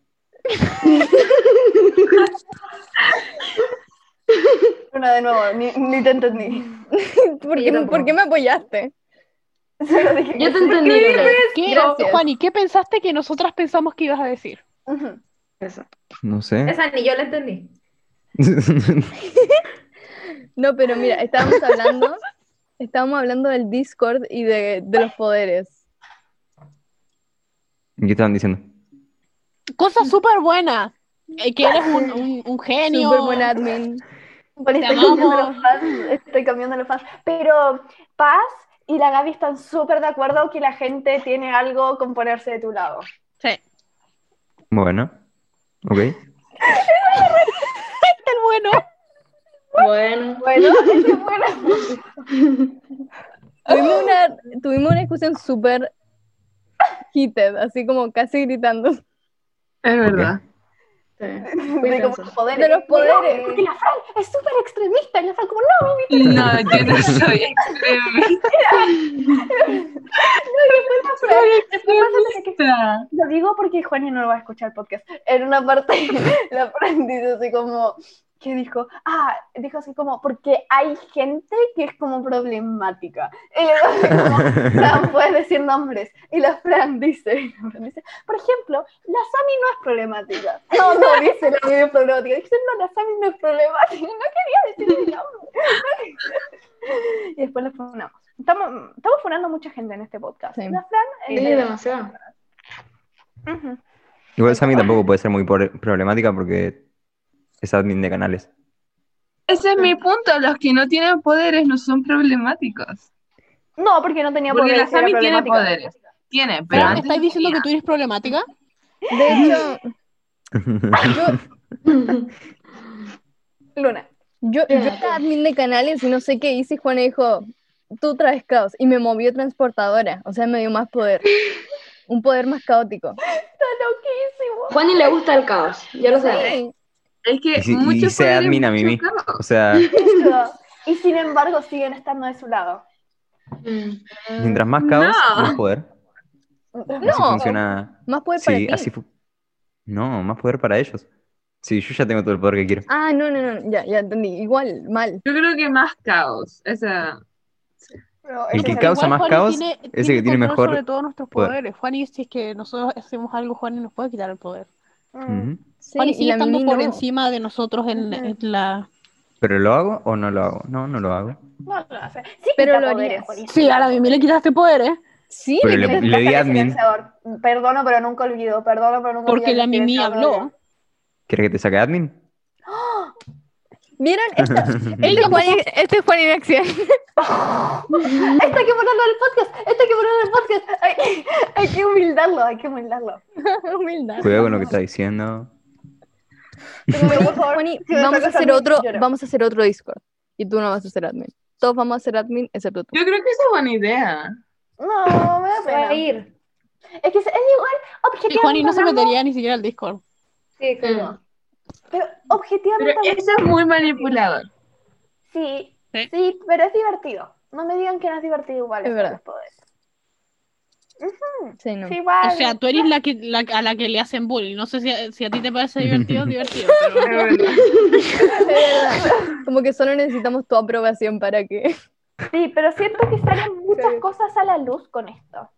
Speaker 3: Una de nuevo, ni, ni te entendí.
Speaker 1: ¿Por qué, por qué me apoyaste?
Speaker 3: Solo dije que
Speaker 4: Yo te
Speaker 3: sí.
Speaker 4: entendí.
Speaker 7: ¿Qué,
Speaker 1: Gracias.
Speaker 7: Juani, ¿qué pensaste que nosotras pensamos que ibas a decir?
Speaker 3: Ujú.
Speaker 13: No sé.
Speaker 5: Esa ni yo la entendí.
Speaker 1: No, pero mira, estábamos hablando, estábamos hablando del Discord y de, de los poderes.
Speaker 13: ¿Qué estaban diciendo?
Speaker 7: Cosa súper buena. Eh, que eres un, un- un genio.
Speaker 1: Súper buen admin.
Speaker 3: Bueno,
Speaker 7: Te
Speaker 3: estoy cambiando
Speaker 7: amamos.
Speaker 3: este los fans, estoy cambiando los fans. Pero Paz y la Gaby están súper de acuerdo que la gente tiene algo con ponerse de tu lado.
Speaker 7: Sí.
Speaker 13: Bueno. Ok.
Speaker 7: Tan bueno.
Speaker 4: Bueno.
Speaker 3: Bueno, eso es bueno.
Speaker 1: Tuvimos una, tuvimos una discusión súper heated, así como casi gritando.
Speaker 2: Es verdad.
Speaker 4: Fui
Speaker 3: De, como
Speaker 4: intenso.
Speaker 3: los poderes.
Speaker 1: De los poderes.
Speaker 3: No, porque la Fran es súper extremista. Y la Fran como, no, mi
Speaker 2: No, yo no soy extremista. extremista.
Speaker 3: Lo digo porque Juani no lo va a escuchar el podcast. En una parte la Fran dice así como que dijo, ah, dijo así como, porque hay gente que es como problemática. Y le digo así como, Fran, puedes decir nombres. Y la Fran dice, y la Fran dice, por ejemplo, la Sami no es problemática. No, no dice la Sami es problemática. Dice, no, la Sami no es problemática. No quería decir el nombre. Y después la funamos. Estamos, estamos funando a mucha gente en este podcast.
Speaker 1: Sí.
Speaker 3: La Fran,
Speaker 4: Sí,
Speaker 3: eh,
Speaker 4: demasiado.
Speaker 3: ujú.
Speaker 13: Igual Sammy tampoco puede ser muy por- problemática porque es admin de canales.
Speaker 2: Ese es mi punto. Los que no tienen poderes no son problemáticos.
Speaker 3: No, porque no tenía
Speaker 2: Porque la
Speaker 3: poderes.
Speaker 2: Sami
Speaker 3: era
Speaker 2: tiene
Speaker 3: problemática.
Speaker 2: poderes. Tiene, pero
Speaker 7: Fran,
Speaker 2: antes
Speaker 7: ¿Estáis
Speaker 2: no
Speaker 7: diciendo que
Speaker 2: tenía.
Speaker 7: tú eres problemática?
Speaker 1: De hecho,
Speaker 3: Luna.
Speaker 1: yo, yo era admin de canales y no sé qué hice y Juana dijo, tú traes caos. Y me movió transportadora, o sea, me dio más poder. Un poder más caótico.
Speaker 3: Está loquísimo.
Speaker 4: Juani le gusta el caos, ya lo sé.
Speaker 1: Sí.
Speaker 2: Es que
Speaker 13: Y si- y
Speaker 2: muchos
Speaker 13: se
Speaker 2: poderes,
Speaker 13: admin a
Speaker 2: mucho
Speaker 13: Mimi.
Speaker 2: caos.
Speaker 13: O sea,
Speaker 3: Eso. Y sin embargo siguen estando de su lado.
Speaker 13: mientras más caos,
Speaker 2: No.
Speaker 13: más poder. Así
Speaker 1: No.
Speaker 13: funciona.
Speaker 1: Más poder para
Speaker 13: Sí,
Speaker 1: ti.
Speaker 13: así fu- No, más poder para ellos. Sí, yo ya tengo todo el poder que quiero.
Speaker 1: Ah, no, no, no, ya, ya entendí. Igual, mal.
Speaker 2: Yo creo que más caos. Esa...
Speaker 3: Pero
Speaker 13: El
Speaker 3: eso
Speaker 13: que
Speaker 3: se-
Speaker 7: Pero
Speaker 13: causa
Speaker 7: igual
Speaker 13: más
Speaker 7: Juani
Speaker 13: caos
Speaker 7: tiene-
Speaker 13: es el que tiene
Speaker 7: control
Speaker 13: mejor
Speaker 7: sobre todos nuestros
Speaker 13: poder.
Speaker 7: poderes. Juani, si es que nosotros hacemos algo, Juani nos puede quitar el poder.
Speaker 1: Ah.
Speaker 3: Mm.
Speaker 13: Ujú.
Speaker 1: Sí,
Speaker 7: Juani sigue
Speaker 1: la
Speaker 7: estando
Speaker 1: Mimi
Speaker 7: por
Speaker 1: no.
Speaker 7: encima de nosotros en,
Speaker 3: Ujú.
Speaker 7: en la...
Speaker 13: ¿Pero lo hago o no lo hago? No, no lo hago.
Speaker 3: No lo hace. Sí,
Speaker 1: Pero
Speaker 3: quita
Speaker 1: lo
Speaker 3: poderes,
Speaker 1: harías.
Speaker 3: Juanito.
Speaker 7: Sí, a la Mimi le quitaste poderes.
Speaker 1: Sí,
Speaker 13: Pero
Speaker 1: le
Speaker 13: le,
Speaker 1: quitas-
Speaker 13: le di
Speaker 3: Bájale
Speaker 13: admin.
Speaker 3: silenciador. Perdono, pero nunca olvido. Perdono, pero nunca
Speaker 7: Porque
Speaker 3: olvido
Speaker 7: la
Speaker 3: el
Speaker 7: Mimi
Speaker 3: silenciador.
Speaker 7: habló.
Speaker 13: ¿Quieres que te saque admin?
Speaker 1: ¿Vieron? Esta, este, Juan, este es Juan en acción.
Speaker 3: Esto hay que ponerlo en el podcast. Esto hay que ponerlo en el podcast. Hay que, hay que humildarlo. Hay que humildarlo.
Speaker 1: Humildad.
Speaker 13: Cuidado con lo que estás diciendo.
Speaker 3: Pero, por favor,
Speaker 1: Juani,
Speaker 3: si me
Speaker 1: vamos a
Speaker 3: sacas
Speaker 1: hacer
Speaker 3: admin,
Speaker 1: otro,
Speaker 3: lloro.
Speaker 1: vamos a hacer otro Discord. Y tú no vas a ser admin. Todos vamos a ser admin, excepto tú.
Speaker 2: Yo creo que esa es buena idea.
Speaker 3: No, me da
Speaker 5: Voy a
Speaker 3: pena.
Speaker 5: ir.
Speaker 3: Es que es igual,
Speaker 7: Y
Speaker 3: objetivamente.
Speaker 7: Juani no se
Speaker 3: hablando-
Speaker 7: metería ni siquiera al Discord.
Speaker 5: Sí, claro.
Speaker 3: Pero
Speaker 2: Pero
Speaker 3: objetivamente.
Speaker 2: eso es muy manipulador.
Speaker 3: Sí,
Speaker 7: Sí.
Speaker 3: sí, pero es divertido. No me digan que no es divertido igual.
Speaker 1: Es
Speaker 3: eso
Speaker 1: verdad.
Speaker 3: los poderes.
Speaker 1: Sí, no.
Speaker 3: Sí, igual.
Speaker 7: O sea, tú eres la que, la, a la que le hacen bullying. No sé si a, si a ti te parece divertido o divertido, pero...
Speaker 1: Es verdad. Como que solo necesitamos tu aprobación para que.
Speaker 3: Sí, pero siento que salen muchas cosas a la luz con esto.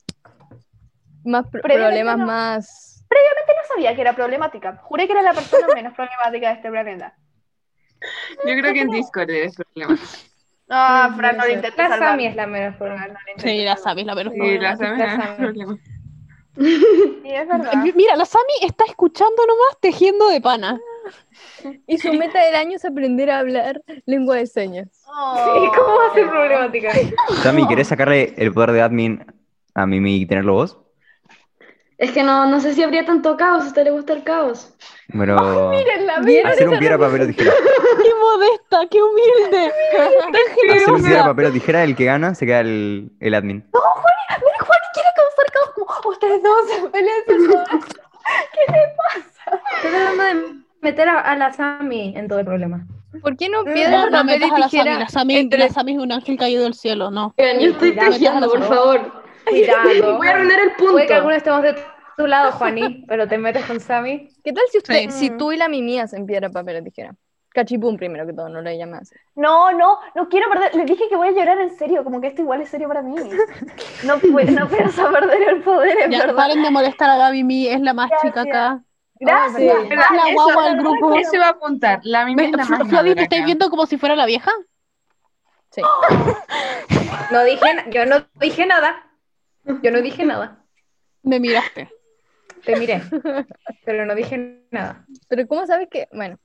Speaker 1: Más pro-
Speaker 3: Previamente
Speaker 1: problemas
Speaker 3: no.
Speaker 1: más.
Speaker 3: No sabía que era problemática. Juré que era la persona menos problemática de este planeta.
Speaker 2: Yo creo que en Discord eres problemática.
Speaker 5: Ah,
Speaker 3: No, Fran, no lo intentes
Speaker 5: La
Speaker 3: salvar.
Speaker 5: Sami es la menos problemática.
Speaker 7: Sí, la Sami es la menos
Speaker 2: Sí,
Speaker 7: problemática.
Speaker 2: la Sami es la menos problemática.
Speaker 3: Sí, es
Speaker 7: M- Mira, la Sami está escuchando nomás tejiendo de pana.
Speaker 1: Y su meta del año es aprender a hablar lengua de señas.
Speaker 5: Sí, ¿cómo va a ser problemática?
Speaker 13: Sammy, ¿querés sacarle el poder de admin a Mimi y tenerlo vos?
Speaker 4: Es que no, no sé si habría tanto caos, ¿a usted le gusta el caos?
Speaker 13: Pero.
Speaker 4: Mírenla,
Speaker 13: Hacer un piedra, papel o tijera.
Speaker 7: ¡Qué modesta! ¡Qué humilde! ¡Tan
Speaker 13: Hacer un piedra,
Speaker 7: generosa!
Speaker 13: papel o tijera, el que gana se queda el, el admin.
Speaker 3: No, Juani, mira, Juani quiere causar caos como ustedes dos se pelean sin poder. ¿Qué le pasa?
Speaker 5: Estoy tratando de meter a, a la Sami en todo el problema.
Speaker 1: ¿Por qué no
Speaker 7: No,
Speaker 1: piedra,
Speaker 7: no
Speaker 1: papel
Speaker 7: metas a
Speaker 1: y
Speaker 7: la Sami.
Speaker 1: tijera?
Speaker 7: La Sami, la Sami es un ángel caído del cielo, no.
Speaker 4: Yo estoy
Speaker 7: Metas a la
Speaker 4: tejiendo, por
Speaker 7: Sami.
Speaker 4: favor.
Speaker 5: Cuidado.
Speaker 4: Voy a arruinar el punto.
Speaker 5: Puede que algunos estemos de tu lado, Juaní, pero te metes con Sami.
Speaker 1: ¿Qué tal si usted,
Speaker 7: Sí.
Speaker 1: si tú y la Mimi hacen piedra, papel o tijera? Cachipum primero que todo, no le llamas.
Speaker 3: No, no, no quiero perder. Les dije que voy a llorar en serio, como que esto igual es serio para mí. No, puedo, no pienso perder el poder, en
Speaker 7: Ya,
Speaker 3: verdad.
Speaker 7: paren de molestar a la Mimi, es la más chica acá.
Speaker 3: Gracias.
Speaker 7: Es la guagua del grupo.
Speaker 2: Eso iba a apuntar. La Mimi
Speaker 7: Me-
Speaker 2: es la
Speaker 7: Fl-
Speaker 2: más
Speaker 7: Flavi,
Speaker 2: madura
Speaker 7: ¿te estáis
Speaker 2: acá.
Speaker 7: viendo como si fuera la vieja?
Speaker 1: Sí.
Speaker 5: No dije, na- yo no dije nada. Yo no dije nada.
Speaker 7: Me miraste.
Speaker 5: Te miré, pero no dije nada.
Speaker 1: Pero ¿cómo sabes que? Bueno,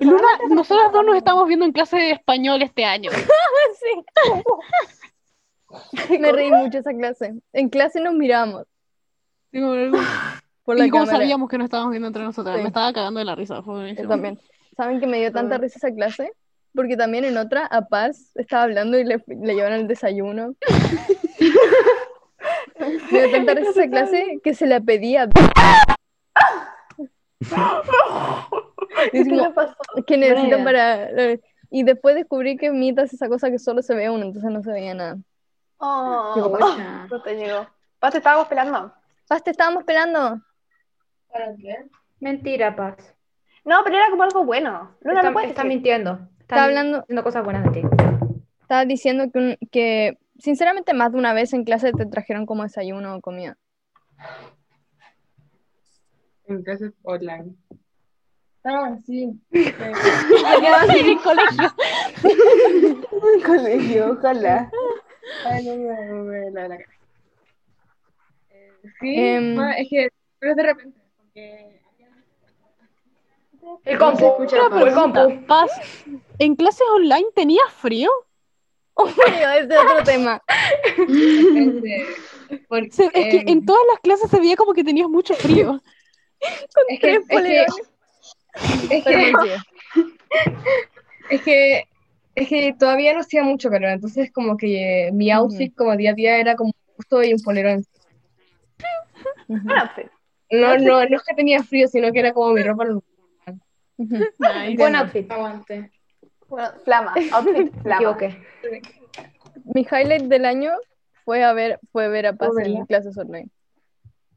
Speaker 7: Luna, nosotras dos nos estamos viendo en clase de español este año.
Speaker 1: me reí mucho esa clase. En clase nos miramos por la
Speaker 7: ¿Y cómo
Speaker 1: cámara.
Speaker 7: sabíamos que nos estábamos viendo entre nosotras?
Speaker 1: Sí.
Speaker 7: Me estaba cagando de la risa. fue buenísimo.
Speaker 1: Yo también. ¿Saben que me dio tanta risa esa clase? Porque también en otra, a Paz estaba hablando y le, le llevaron el desayuno. me dio tanta risa esa clase que se la pedía.
Speaker 3: ¿Qué le pasó?
Speaker 1: que necesitan
Speaker 4: Breve.
Speaker 1: para... eh, Y después descubrí que Mita es esa cosa que solo se ve uno, entonces no se veía nada.
Speaker 3: Oh,
Speaker 4: Digo,
Speaker 3: oh, no te llegó. Paz, te estábamos esperando.
Speaker 1: Paz, te estábamos esperando.
Speaker 5: ¿Para qué? Mentira, Paz.
Speaker 3: No, pero era como algo bueno. Luna,
Speaker 5: Está,
Speaker 3: no puedes
Speaker 5: está
Speaker 3: decir.
Speaker 5: mintiendo. Está,
Speaker 1: Está hablando-
Speaker 5: diciendo cosas buenas de ti.
Speaker 1: Estaba diciendo que, un- que, sinceramente, más de una vez en clase te trajeron como desayuno o comida.
Speaker 2: En clases online.
Speaker 6: Ah, sí.
Speaker 7: en el colegio.
Speaker 6: colegio, ojalá.
Speaker 2: Ay, no me- no me la- la cara. Eh, Sí,
Speaker 1: Em.
Speaker 2: no, es que, pero es de repente, porque
Speaker 5: El compu,
Speaker 7: Una
Speaker 5: el compu.
Speaker 7: pregunta, Paz, ¿en clases online tenías frío?
Speaker 1: Ese es otro tema.
Speaker 8: este,
Speaker 2: depende, porque,
Speaker 7: Se- es que
Speaker 8: em,
Speaker 7: en todas las clases se veía como que tenías mucho frío.
Speaker 2: es que- es que- es
Speaker 1: Pero
Speaker 2: que-
Speaker 1: muy chido.
Speaker 8: Es que, es que todavía no hacía mucho calor, entonces como que eh, mi outfit como día a día era como justo y un polerón.
Speaker 3: Bueno, pues,
Speaker 8: No, no, no es que tenía frío, sino que era como mi ropa normal.
Speaker 1: Ujú.
Speaker 5: Buen outfit.
Speaker 4: Aguante.
Speaker 3: bueno, flama, outfit
Speaker 5: Me
Speaker 3: flama.
Speaker 5: equivoqué.
Speaker 1: Mi highlight del año fue a ver, fue ver a Paz en
Speaker 8: Verla.
Speaker 1: clases online.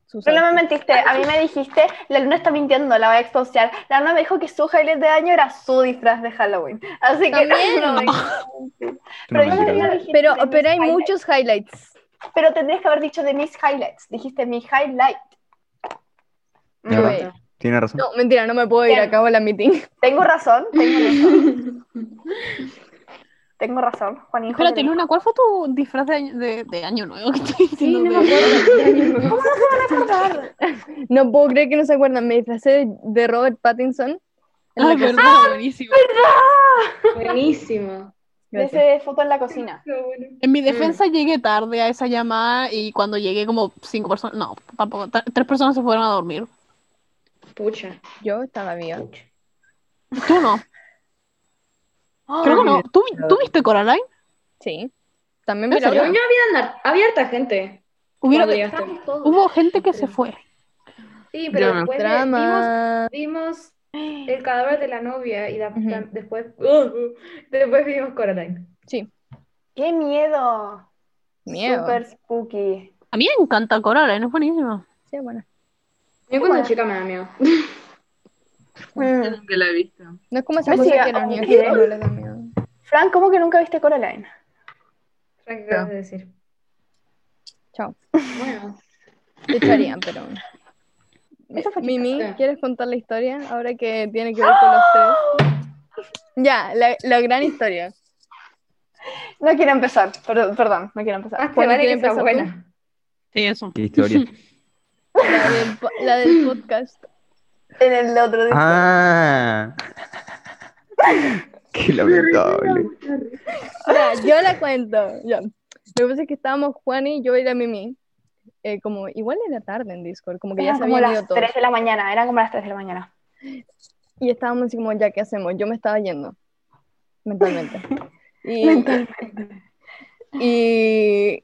Speaker 1: Sus
Speaker 3: Pero no me
Speaker 1: outfits.
Speaker 3: mentiste, a mí me dijiste, la luna está mintiendo, la voy a exposear. La luna me dijo que su highlight de año era su disfraz de Halloween. Así que
Speaker 1: También.
Speaker 3: no me-
Speaker 13: Es una
Speaker 3: Pero yo
Speaker 13: mentira.
Speaker 3: no dije
Speaker 1: pero,
Speaker 3: de mis
Speaker 1: pero hay
Speaker 3: highlights.
Speaker 1: muchos highlights.
Speaker 3: Pero tendrías que haber dicho de mis highlights. Dijiste mi highlight.
Speaker 13: Tiene
Speaker 1: Ok.
Speaker 13: razón. Tiene razón.
Speaker 1: No, mentira, no me puedo ir,
Speaker 3: Bien.
Speaker 1: acabo la meeting.
Speaker 3: Tengo razón, tengo razón. tengo razón, Juanito.
Speaker 7: Espérate, Luna, ¿cuál fue tu disfraz de año, de, de año nuevo que estoy
Speaker 5: Sí,
Speaker 7: diciendo?
Speaker 5: no me
Speaker 7: de-
Speaker 5: acuerdo.
Speaker 1: No puedo creer que no se acuerdan. Me disfracé de, de Robert Pattinson. en la
Speaker 7: Ay,
Speaker 1: casa.
Speaker 7: verdad, buenísimo.
Speaker 4: Buenísimo.
Speaker 3: Ese foto en la cocina.
Speaker 7: En mi defensa llegué tarde a esa llamada y cuando llegué como cinco personas, no, tampoco, t- tres personas se fueron a dormir.
Speaker 4: Pucha.
Speaker 1: Yo estaba viva.
Speaker 7: Tú no, creo que no. ¿Tú, tú viste Coraline?
Speaker 1: Sí. También
Speaker 7: ¿En
Speaker 1: mira,
Speaker 4: Según yo había andar- había harta gente.
Speaker 7: Hubiera-
Speaker 4: cuando llegaste.
Speaker 5: Estamos todos.
Speaker 7: hubo gente que se fue.
Speaker 5: Sí,
Speaker 2: Yo
Speaker 5: pero
Speaker 2: no.
Speaker 5: después de-
Speaker 1: Drama.
Speaker 5: vimos, vimos el cadáver de la novia y da-
Speaker 1: Ujú.
Speaker 5: da- después, después vimos Coraline.
Speaker 3: ¡Qué miedo!
Speaker 1: Miedo.
Speaker 3: Super spooky.
Speaker 7: A mí me encanta Coraline, es buenísimo.
Speaker 1: Sí, bueno.
Speaker 4: Yo cuando chica me da miedo.
Speaker 2: yo nunca la he visto.
Speaker 1: No es como esa
Speaker 3: Pues
Speaker 1: cosa
Speaker 3: sí,
Speaker 1: que a los
Speaker 3: ok.
Speaker 1: niños chicos no les da miedo.
Speaker 3: Frank, ¿cómo que nunca viste Coraline?
Speaker 5: Frank, ¿qué acabas de decir?
Speaker 1: Chao.
Speaker 4: Bueno.
Speaker 1: Te echarían, pero.
Speaker 3: Eso fue
Speaker 1: Mimi,
Speaker 4: chistoso.
Speaker 1: ¿quieres contar la historia ahora que tiene que ver con los tres? Ya, la, la gran historia.
Speaker 3: No quiero empezar, perdón, perdón, no quiero
Speaker 1: Ah,
Speaker 3: empezar.
Speaker 5: Más te vale que sea buena.
Speaker 7: Sí, eso.
Speaker 13: ¿Qué historia?
Speaker 1: La del, po- la del podcast.
Speaker 3: En el otro día.
Speaker 13: ¡Ah! ¡Qué lamentable!
Speaker 1: Ya, yo la cuento. ya. Lo que pasa es que estábamos Juan y yo y la Mimi. eh, como igual en la tarde en Discord, como que ya
Speaker 3: Eran
Speaker 1: se
Speaker 3: como
Speaker 1: habían ido
Speaker 3: las
Speaker 1: todos.
Speaker 3: 3 de la mañana, eran como las 3 de la mañana.
Speaker 1: Y estábamos así como, ya, ¿qué hacemos? Yo me estaba yendo. Mentalmente. Y, Y, y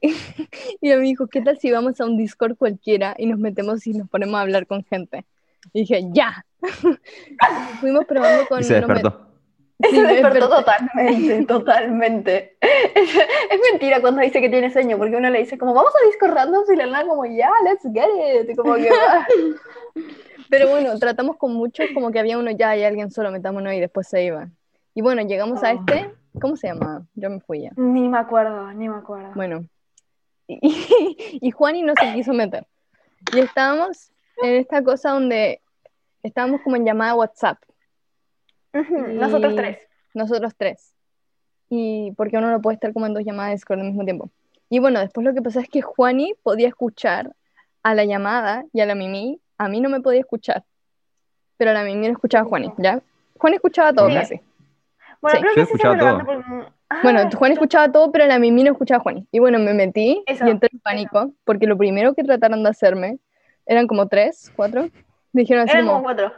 Speaker 1: ella me dijo, ¿qué tal si vamos a un Discord cualquiera y nos metemos y nos ponemos a hablar con gente? Y dije, ya. Fuimos probando con...
Speaker 13: Y se
Speaker 1: nos met-
Speaker 13: despertó.
Speaker 1: Sí,
Speaker 3: Eso
Speaker 1: me
Speaker 3: despertó
Speaker 1: desperté.
Speaker 3: totalmente, totalmente. Es, es mentira cuando dice que tiene sueño, porque uno le dice como, vamos a Discord random y la nada como, ya, let's get it. Y como que, ah,
Speaker 1: Pero bueno, tratamos con muchos, como que había uno ya hay alguien solo, metámonos y después se iba. Y bueno, llegamos a este, ¿cómo se llamaba? Yo me fui ya.
Speaker 3: ni me acuerdo, ni me acuerdo.
Speaker 1: Bueno, y, y Juani no se quiso meter. Y estábamos en esta cosa donde estábamos como en llamada WhatsApp.
Speaker 3: Ujú, Nosotros
Speaker 1: Y-
Speaker 3: tres.
Speaker 1: Nosotros tres. Y porque uno no puede estar como en dos llamadas de Discord al mismo tiempo. Y bueno, después lo que pasa es que Juani podía escuchar a la llamada y a la Mimi. A mí no me podía escuchar. Pero a la Mimi no escuchaba a Juani, ¿ya? Juani escuchaba todo
Speaker 3: Sí.
Speaker 1: casi.
Speaker 3: Bueno,
Speaker 1: Sí.
Speaker 3: creo
Speaker 13: Yo
Speaker 3: que sí se
Speaker 13: escuchaba
Speaker 3: acuerda, porque- Ah,
Speaker 1: Bueno, Juan escuchaba todo, pero la Mimi no escuchaba a Juan. Y bueno, me metí
Speaker 3: Eso,
Speaker 1: y entré en pánico, porque lo primero que trataron de hacerme, eran como tres, cuatro, dijeron así
Speaker 3: eran como
Speaker 1: como,
Speaker 3: cuatro.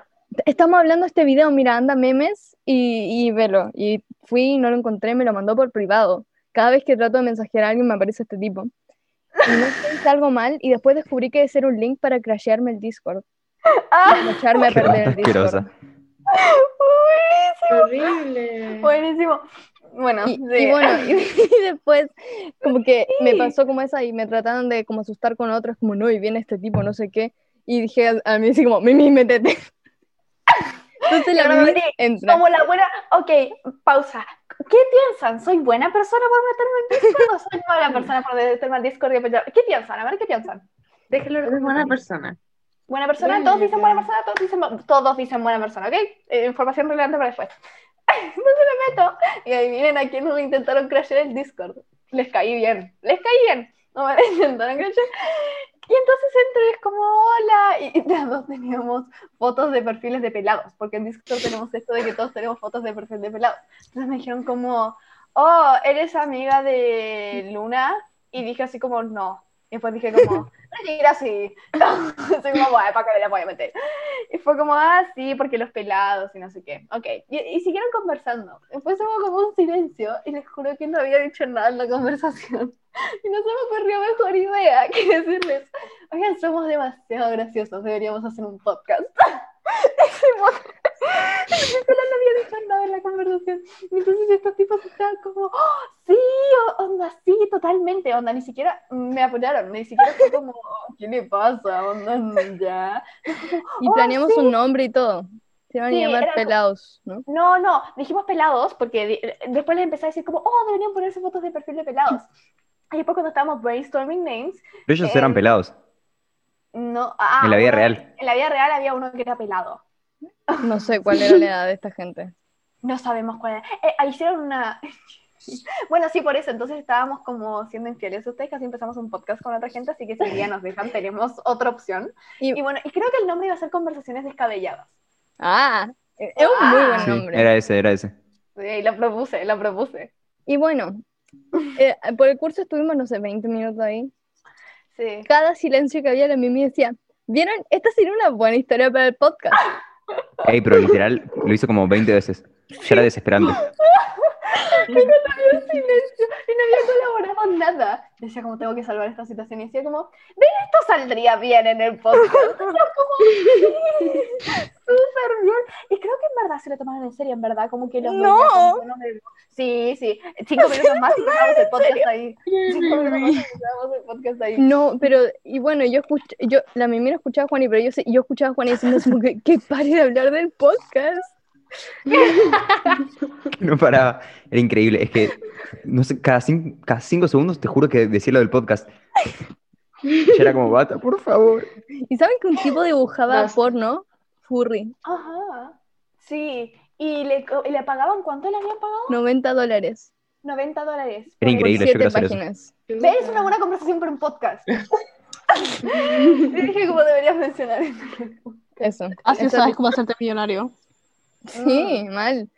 Speaker 1: estamos hablando de este video, mira, anda memes y, y velo. Y fui, y no lo encontré, me lo mandó por privado. Cada vez que trato de mensajear a alguien me aparece este tipo. Y no sé, hice algo mal y después descubrí que ese era un link para crashearme el Discord.
Speaker 3: Ah,
Speaker 1: Para echarme a
Speaker 13: ¡Qué
Speaker 1: perder
Speaker 13: rata
Speaker 1: el Discord.
Speaker 13: asquerosa!
Speaker 5: Horrible.
Speaker 3: Buenísimo. Bueno,
Speaker 1: Y,
Speaker 3: sí.
Speaker 1: y bueno, y, y después como que me pasó como esa y me trataron de como asustar con otros, como no, y viene este tipo, no sé qué. Y dije a, a mí así como, Mimi, métete. Entonces la
Speaker 3: Yo no me
Speaker 1: Mimi
Speaker 3: metí.
Speaker 1: entra.
Speaker 3: Como la buena. Ok, pausa. ¿Qué piensan? ¿Soy buena persona por meterme al Discord o soy mala persona por meterme al Discord? y apoyar? ¿Qué piensan? A ver, ¿qué piensan?
Speaker 5: Déjalo
Speaker 2: Eres buena persona.
Speaker 3: Buena persona, todos dicen buena persona, todos dicen, bu- todos dicen buena persona, ¿ok? Eh, información relevante para después. Entonces me meto y adivinen a quién me intentaron crashear el Discord. Les caí bien, les caí bien. No me intentaron crashear. Y entonces entro y es como, hola. Y, y las dos teníamos fotos de perfiles de pelados, porque en Discord tenemos esto de que todos tenemos fotos de perfil de pelados. Entonces me dijeron como, oh, eres amiga de Luna. Y dije así como, no. Y después dije como, no digas así. Soy como, bueno, ¿para qué me la voy a meter? Y fue como, ah, sí, porque los pelados y no sé qué. Ok. Y, y siguieron conversando. Después hubo como un silencio y les juro que no había dicho nada en la conversación. Y no se me ocurrió mejor idea que decirles, oigan, somos demasiado graciosos, deberíamos hacer un podcast. Hicimos- Yo solo no había dicho nada en la conversación. Y entonces estos tipos estaban como, "Oh, sí, o- onda, sí, totalmente, onda, ni siquiera me apoyaron, ni siquiera fue como, ¿qué le pasa? Onda, mm, ya.
Speaker 1: Y
Speaker 3: Oh,
Speaker 1: planeamos
Speaker 3: sí.
Speaker 1: un nombre y todo. Se iban
Speaker 3: Sí,
Speaker 1: a llamar
Speaker 3: era como-
Speaker 1: pelados, ¿no?
Speaker 3: No, no, dijimos pelados porque di- después les empecé a decir como, oh, deberían ponerse fotos de perfil de pelados. Y después cuando estábamos brainstorming names,
Speaker 13: Pero ellos
Speaker 1: Eh,
Speaker 13: eran pelados.
Speaker 3: no, ah,
Speaker 13: En la vida
Speaker 3: uno-
Speaker 13: real.
Speaker 3: En la vida real había uno que era pelado.
Speaker 1: No sé cuál era la edad de esta gente.
Speaker 3: No sabemos cuál era. Eh, ah, hicieron una. bueno, sí, por eso. Entonces estábamos como siendo infieles a ustedes, casi empezamos un podcast con otra gente, así que si un día nos dejan, tenemos otra opción.
Speaker 1: Y-
Speaker 3: Y bueno, y creo que el nombre iba a ser Conversaciones Descabelladas.
Speaker 1: Ah, es un muy
Speaker 3: Ah.
Speaker 1: buen
Speaker 13: Sí,
Speaker 1: nombre.
Speaker 13: era ese, era ese.
Speaker 3: Sí, lo propuse, lo propuse.
Speaker 1: Y bueno, eh, por el curso estuvimos, no sé, 20 minutos ahí.
Speaker 3: Sí.
Speaker 1: Cada silencio que había, la Mimi decía, ¿vieron? Esta sería una buena historia para el podcast.
Speaker 13: Ey, pero literal, lo hizo como 20 veces. Ya era desesperante.
Speaker 3: Había un silencio y no había colaborado nada. Decía como tengo que salvar esta situación y decía como, ven, esto saldría bien en el podcast. Yo como, "Sí, súper bien. Y creo que en verdad se lo tomaron en serio, en verdad, como que los
Speaker 1: No.
Speaker 3: veía como buenos de- Sí, sí, cinco minutos más y grabamos el podcast ahí. Cinco minutos más y grabamos el podcast ahí.
Speaker 1: No, pero, y bueno, yo escuché, yo, la Mimi no escuchaba a Juani, pero yo, sí- yo escuchaba a Juani diciendo como que, que pare de hablar del podcast.
Speaker 13: No paraba. Era increíble. Es que, no sé, cada 5 cada cinco segundos te juro que decía lo del podcast. Ya era como, bata, por favor.
Speaker 1: ¿Y saben que un tipo dibujaba
Speaker 14: Basta.
Speaker 1: porno? Furry.
Speaker 3: Ajá. Sí, ¿Y le, co- y le pagaban cuánto le habían pagado?
Speaker 1: 90 dólares.
Speaker 3: 90 dólares.
Speaker 13: Era increíble, yo
Speaker 1: Siete
Speaker 13: quiero hacer eso.
Speaker 1: páginas.
Speaker 3: ¿Ves? Es una buena conversación para un podcast. Te dije como deberías mencionar.
Speaker 1: Eso.
Speaker 7: Así
Speaker 1: Eso-
Speaker 7: sabes cómo hacerte millonario.
Speaker 1: Sí, mal.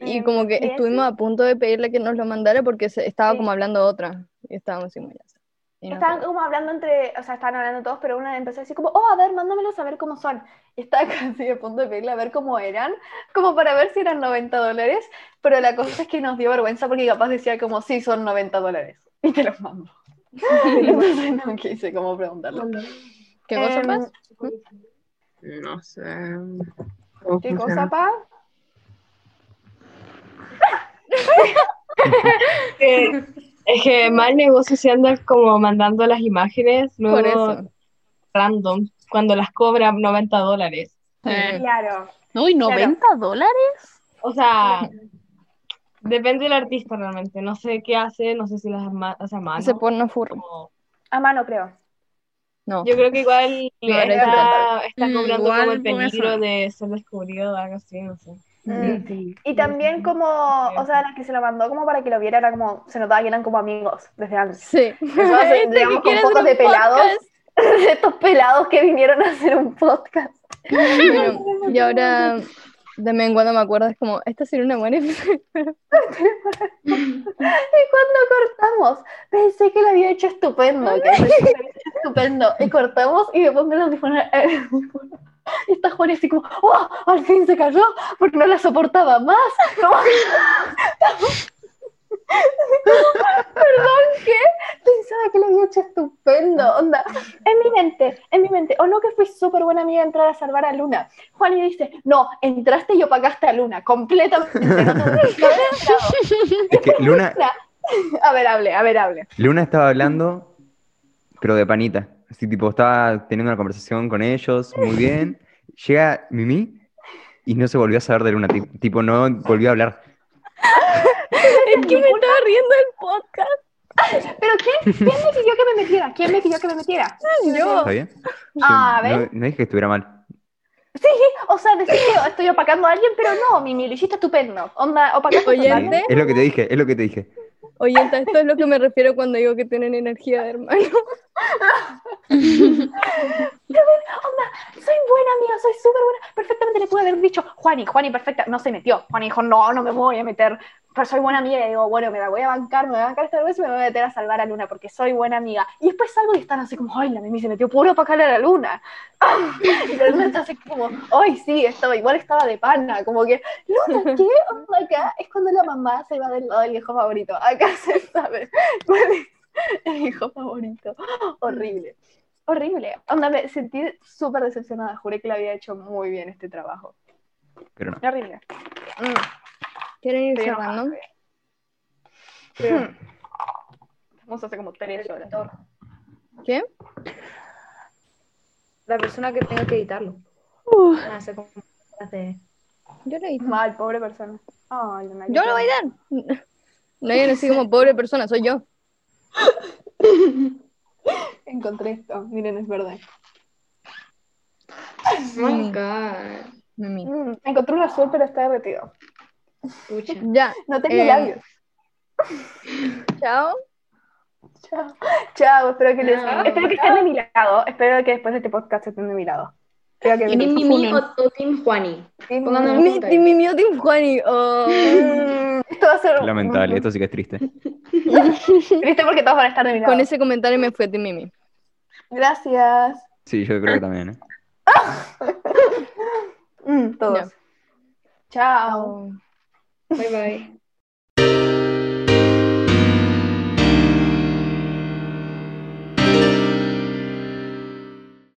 Speaker 1: Y como que
Speaker 7: ¿y
Speaker 1: estuvimos a punto de pedirle que nos lo mandara porque se, estaba como hablando otra. Y estábamos así, como ya sé. Y no
Speaker 3: Estaban como hablando entre, o sea, estaban hablando todos, pero una empezó a decir como, oh, a ver, mándamelos a ver cómo son. Y estaba casi a punto de pedirle a ver cómo eran, como para ver si eran 90 dólares, pero la cosa es que nos dio vergüenza porque capaz decía como, sí, son 90 dólares. Y te los mando. Entonces no quise como preguntarlo.
Speaker 1: ¿Qué cosa
Speaker 3: Em,
Speaker 1: más?
Speaker 2: No sé.
Speaker 3: ¿Qué cosa, pa?
Speaker 8: Eh, es que mal negocio se anda como mandando las imágenes luego
Speaker 1: eso.
Speaker 8: random cuando las cobran 90 dólares.
Speaker 3: Claro.
Speaker 7: No, y
Speaker 8: Claro.
Speaker 7: 90 dólares.
Speaker 8: O sea, depende del artista realmente. No sé qué hace, no sé si las ama- hace a
Speaker 13: Ah,
Speaker 8: mano.
Speaker 1: Ese porno furro.
Speaker 3: A mano, creo.
Speaker 1: No.
Speaker 8: Yo creo que igual
Speaker 1: No, no
Speaker 8: está,
Speaker 1: es
Speaker 8: está
Speaker 1: verdad.
Speaker 8: cobrando
Speaker 1: Igual
Speaker 8: como el
Speaker 1: puede
Speaker 8: peligro
Speaker 1: ser.
Speaker 8: de ser descubrido o algo así, no sé.
Speaker 3: Mm. Y también como, o sea, la que se lo mandó como para que lo viera, era como, se notaba que eran como amigos desde antes.
Speaker 1: Sí.
Speaker 3: Eso hace,
Speaker 1: Este que
Speaker 3: digamos, con
Speaker 1: quiere hacer
Speaker 3: fotos
Speaker 1: un
Speaker 3: de pelados,
Speaker 1: podcast.
Speaker 3: de estos pelados que vinieron a hacer un podcast.
Speaker 1: Bueno, y ahora de vez en cuando me acuerdo, es como, esta sería una buena idea.
Speaker 3: ¿Y cuando cortamos? Pensé que lo había hecho estupendo, que lo había hecho estupendo. Y cortamos y me pongo el audífono. eh, Y está Juan así como, ¡oh! Al fin se cayó porque no la soportaba más. Como- Perdón, ¿qué? Pensaba que lo había hecho estupendo. Onda, en mi mente, en mi mente. O Oh, no, que fui súper buena amiga entrar a salvar a Luna. Juan y dice, no, entraste y opagaste a Luna, completamente. No te- no te había entrado.
Speaker 13: Es que Luna,
Speaker 3: Luna- A ver, hable, a ver, hable.
Speaker 13: Luna estaba hablando, pero de panita. Así, tipo, estaba teniendo una conversación con ellos, muy bien. Llega Mimi y no se volvió a saber de Luna. ti- Tipo, no volvió a hablar.
Speaker 1: Es que me estaba riendo el podcast.
Speaker 3: ¿Pero quién, quién decidió que me metiera? ¿Quién decidió que me metiera?
Speaker 13: ¿Está bien? Yo
Speaker 1: Ah,
Speaker 3: A
Speaker 13: no-
Speaker 3: ver.
Speaker 13: No, dije que estuviera mal.
Speaker 3: Sí, o sea, decís que estoy opacando a alguien, pero no, Mimi, lo hiciste estupendo. Onda, opacaste a tu
Speaker 13: Sí,
Speaker 1: Oyente,
Speaker 13: Es lo que te dije, es lo que te dije.
Speaker 1: oyenta, esto es lo que me refiero cuando digo que tienen energía de hermano.
Speaker 3: soy buena, amiga, soy súper buena. Perfectamente le pude haber dicho, Juani, Juani, perfecta. No se metió. Juani dijo, no, no me voy a meter. Pero soy buena amiga. Y digo, bueno, me la voy a bancar, me voy a bancar esta vez y me voy a meter a salvar a Luna porque soy buena amiga. Y después salgo y están así como, ay, la Mimi se metió puro para calar a la Luna. y la Luna está así como, ay, sí, estaba, igual estaba de pana. Como que, Luna, ¿qué onda acá? Es cuando la mamá se va del lado del hijo favorito. Acá se sabe cuál es el hijo favorito. Horrible. Horrible. Onda, me sentí súper decepcionada. Juré que le había hecho muy bien este trabajo.
Speaker 13: Pero no.
Speaker 3: Horrible.
Speaker 1: ¿Quieren ir
Speaker 3: Sí,
Speaker 1: cerrando?
Speaker 3: Hmm. Estamos hace como tres horas.
Speaker 1: ¿Qué?
Speaker 5: La persona que tenga que editarlo. Hace como hace-
Speaker 1: Yo lo edito.
Speaker 3: Mal, pobre persona. Ay, Luna, qué
Speaker 1: Yo lo voy a dar. No digan así como pobre persona, soy yo.
Speaker 3: pena. Encontré esto. Miren, es verde.
Speaker 4: Oh my god.
Speaker 1: Mimi.
Speaker 3: Mm, Hmm. encontré un azul, pero está derretido.
Speaker 4: Pucha.
Speaker 1: Ya.
Speaker 3: No tenía
Speaker 1: eh,
Speaker 3: labios.
Speaker 1: Chao.
Speaker 3: Chao. Chao. Espero que, les...
Speaker 4: Chao.
Speaker 3: espero que estén de mi lado. Espero que después de este podcast estén de mi lado. Creo que
Speaker 4: ¿Team Mimi o, o Team Juani?
Speaker 3: Team
Speaker 4: Pónganlo en
Speaker 1: Mi,
Speaker 4: los
Speaker 1: mi,
Speaker 4: comentarios.
Speaker 1: mi, mío, Team Juani. Oh.
Speaker 3: Mm, Esto va a ser
Speaker 13: Lamentable, esto sí que es triste.
Speaker 3: triste porque todos van a estar de mi lado.
Speaker 1: Con ese comentario me fue Team Mimi.
Speaker 3: Gracias.
Speaker 13: Sí, yo creo que también, ¿eh?
Speaker 3: Mm, todos. Chao.
Speaker 1: Oh.
Speaker 4: Bye bye.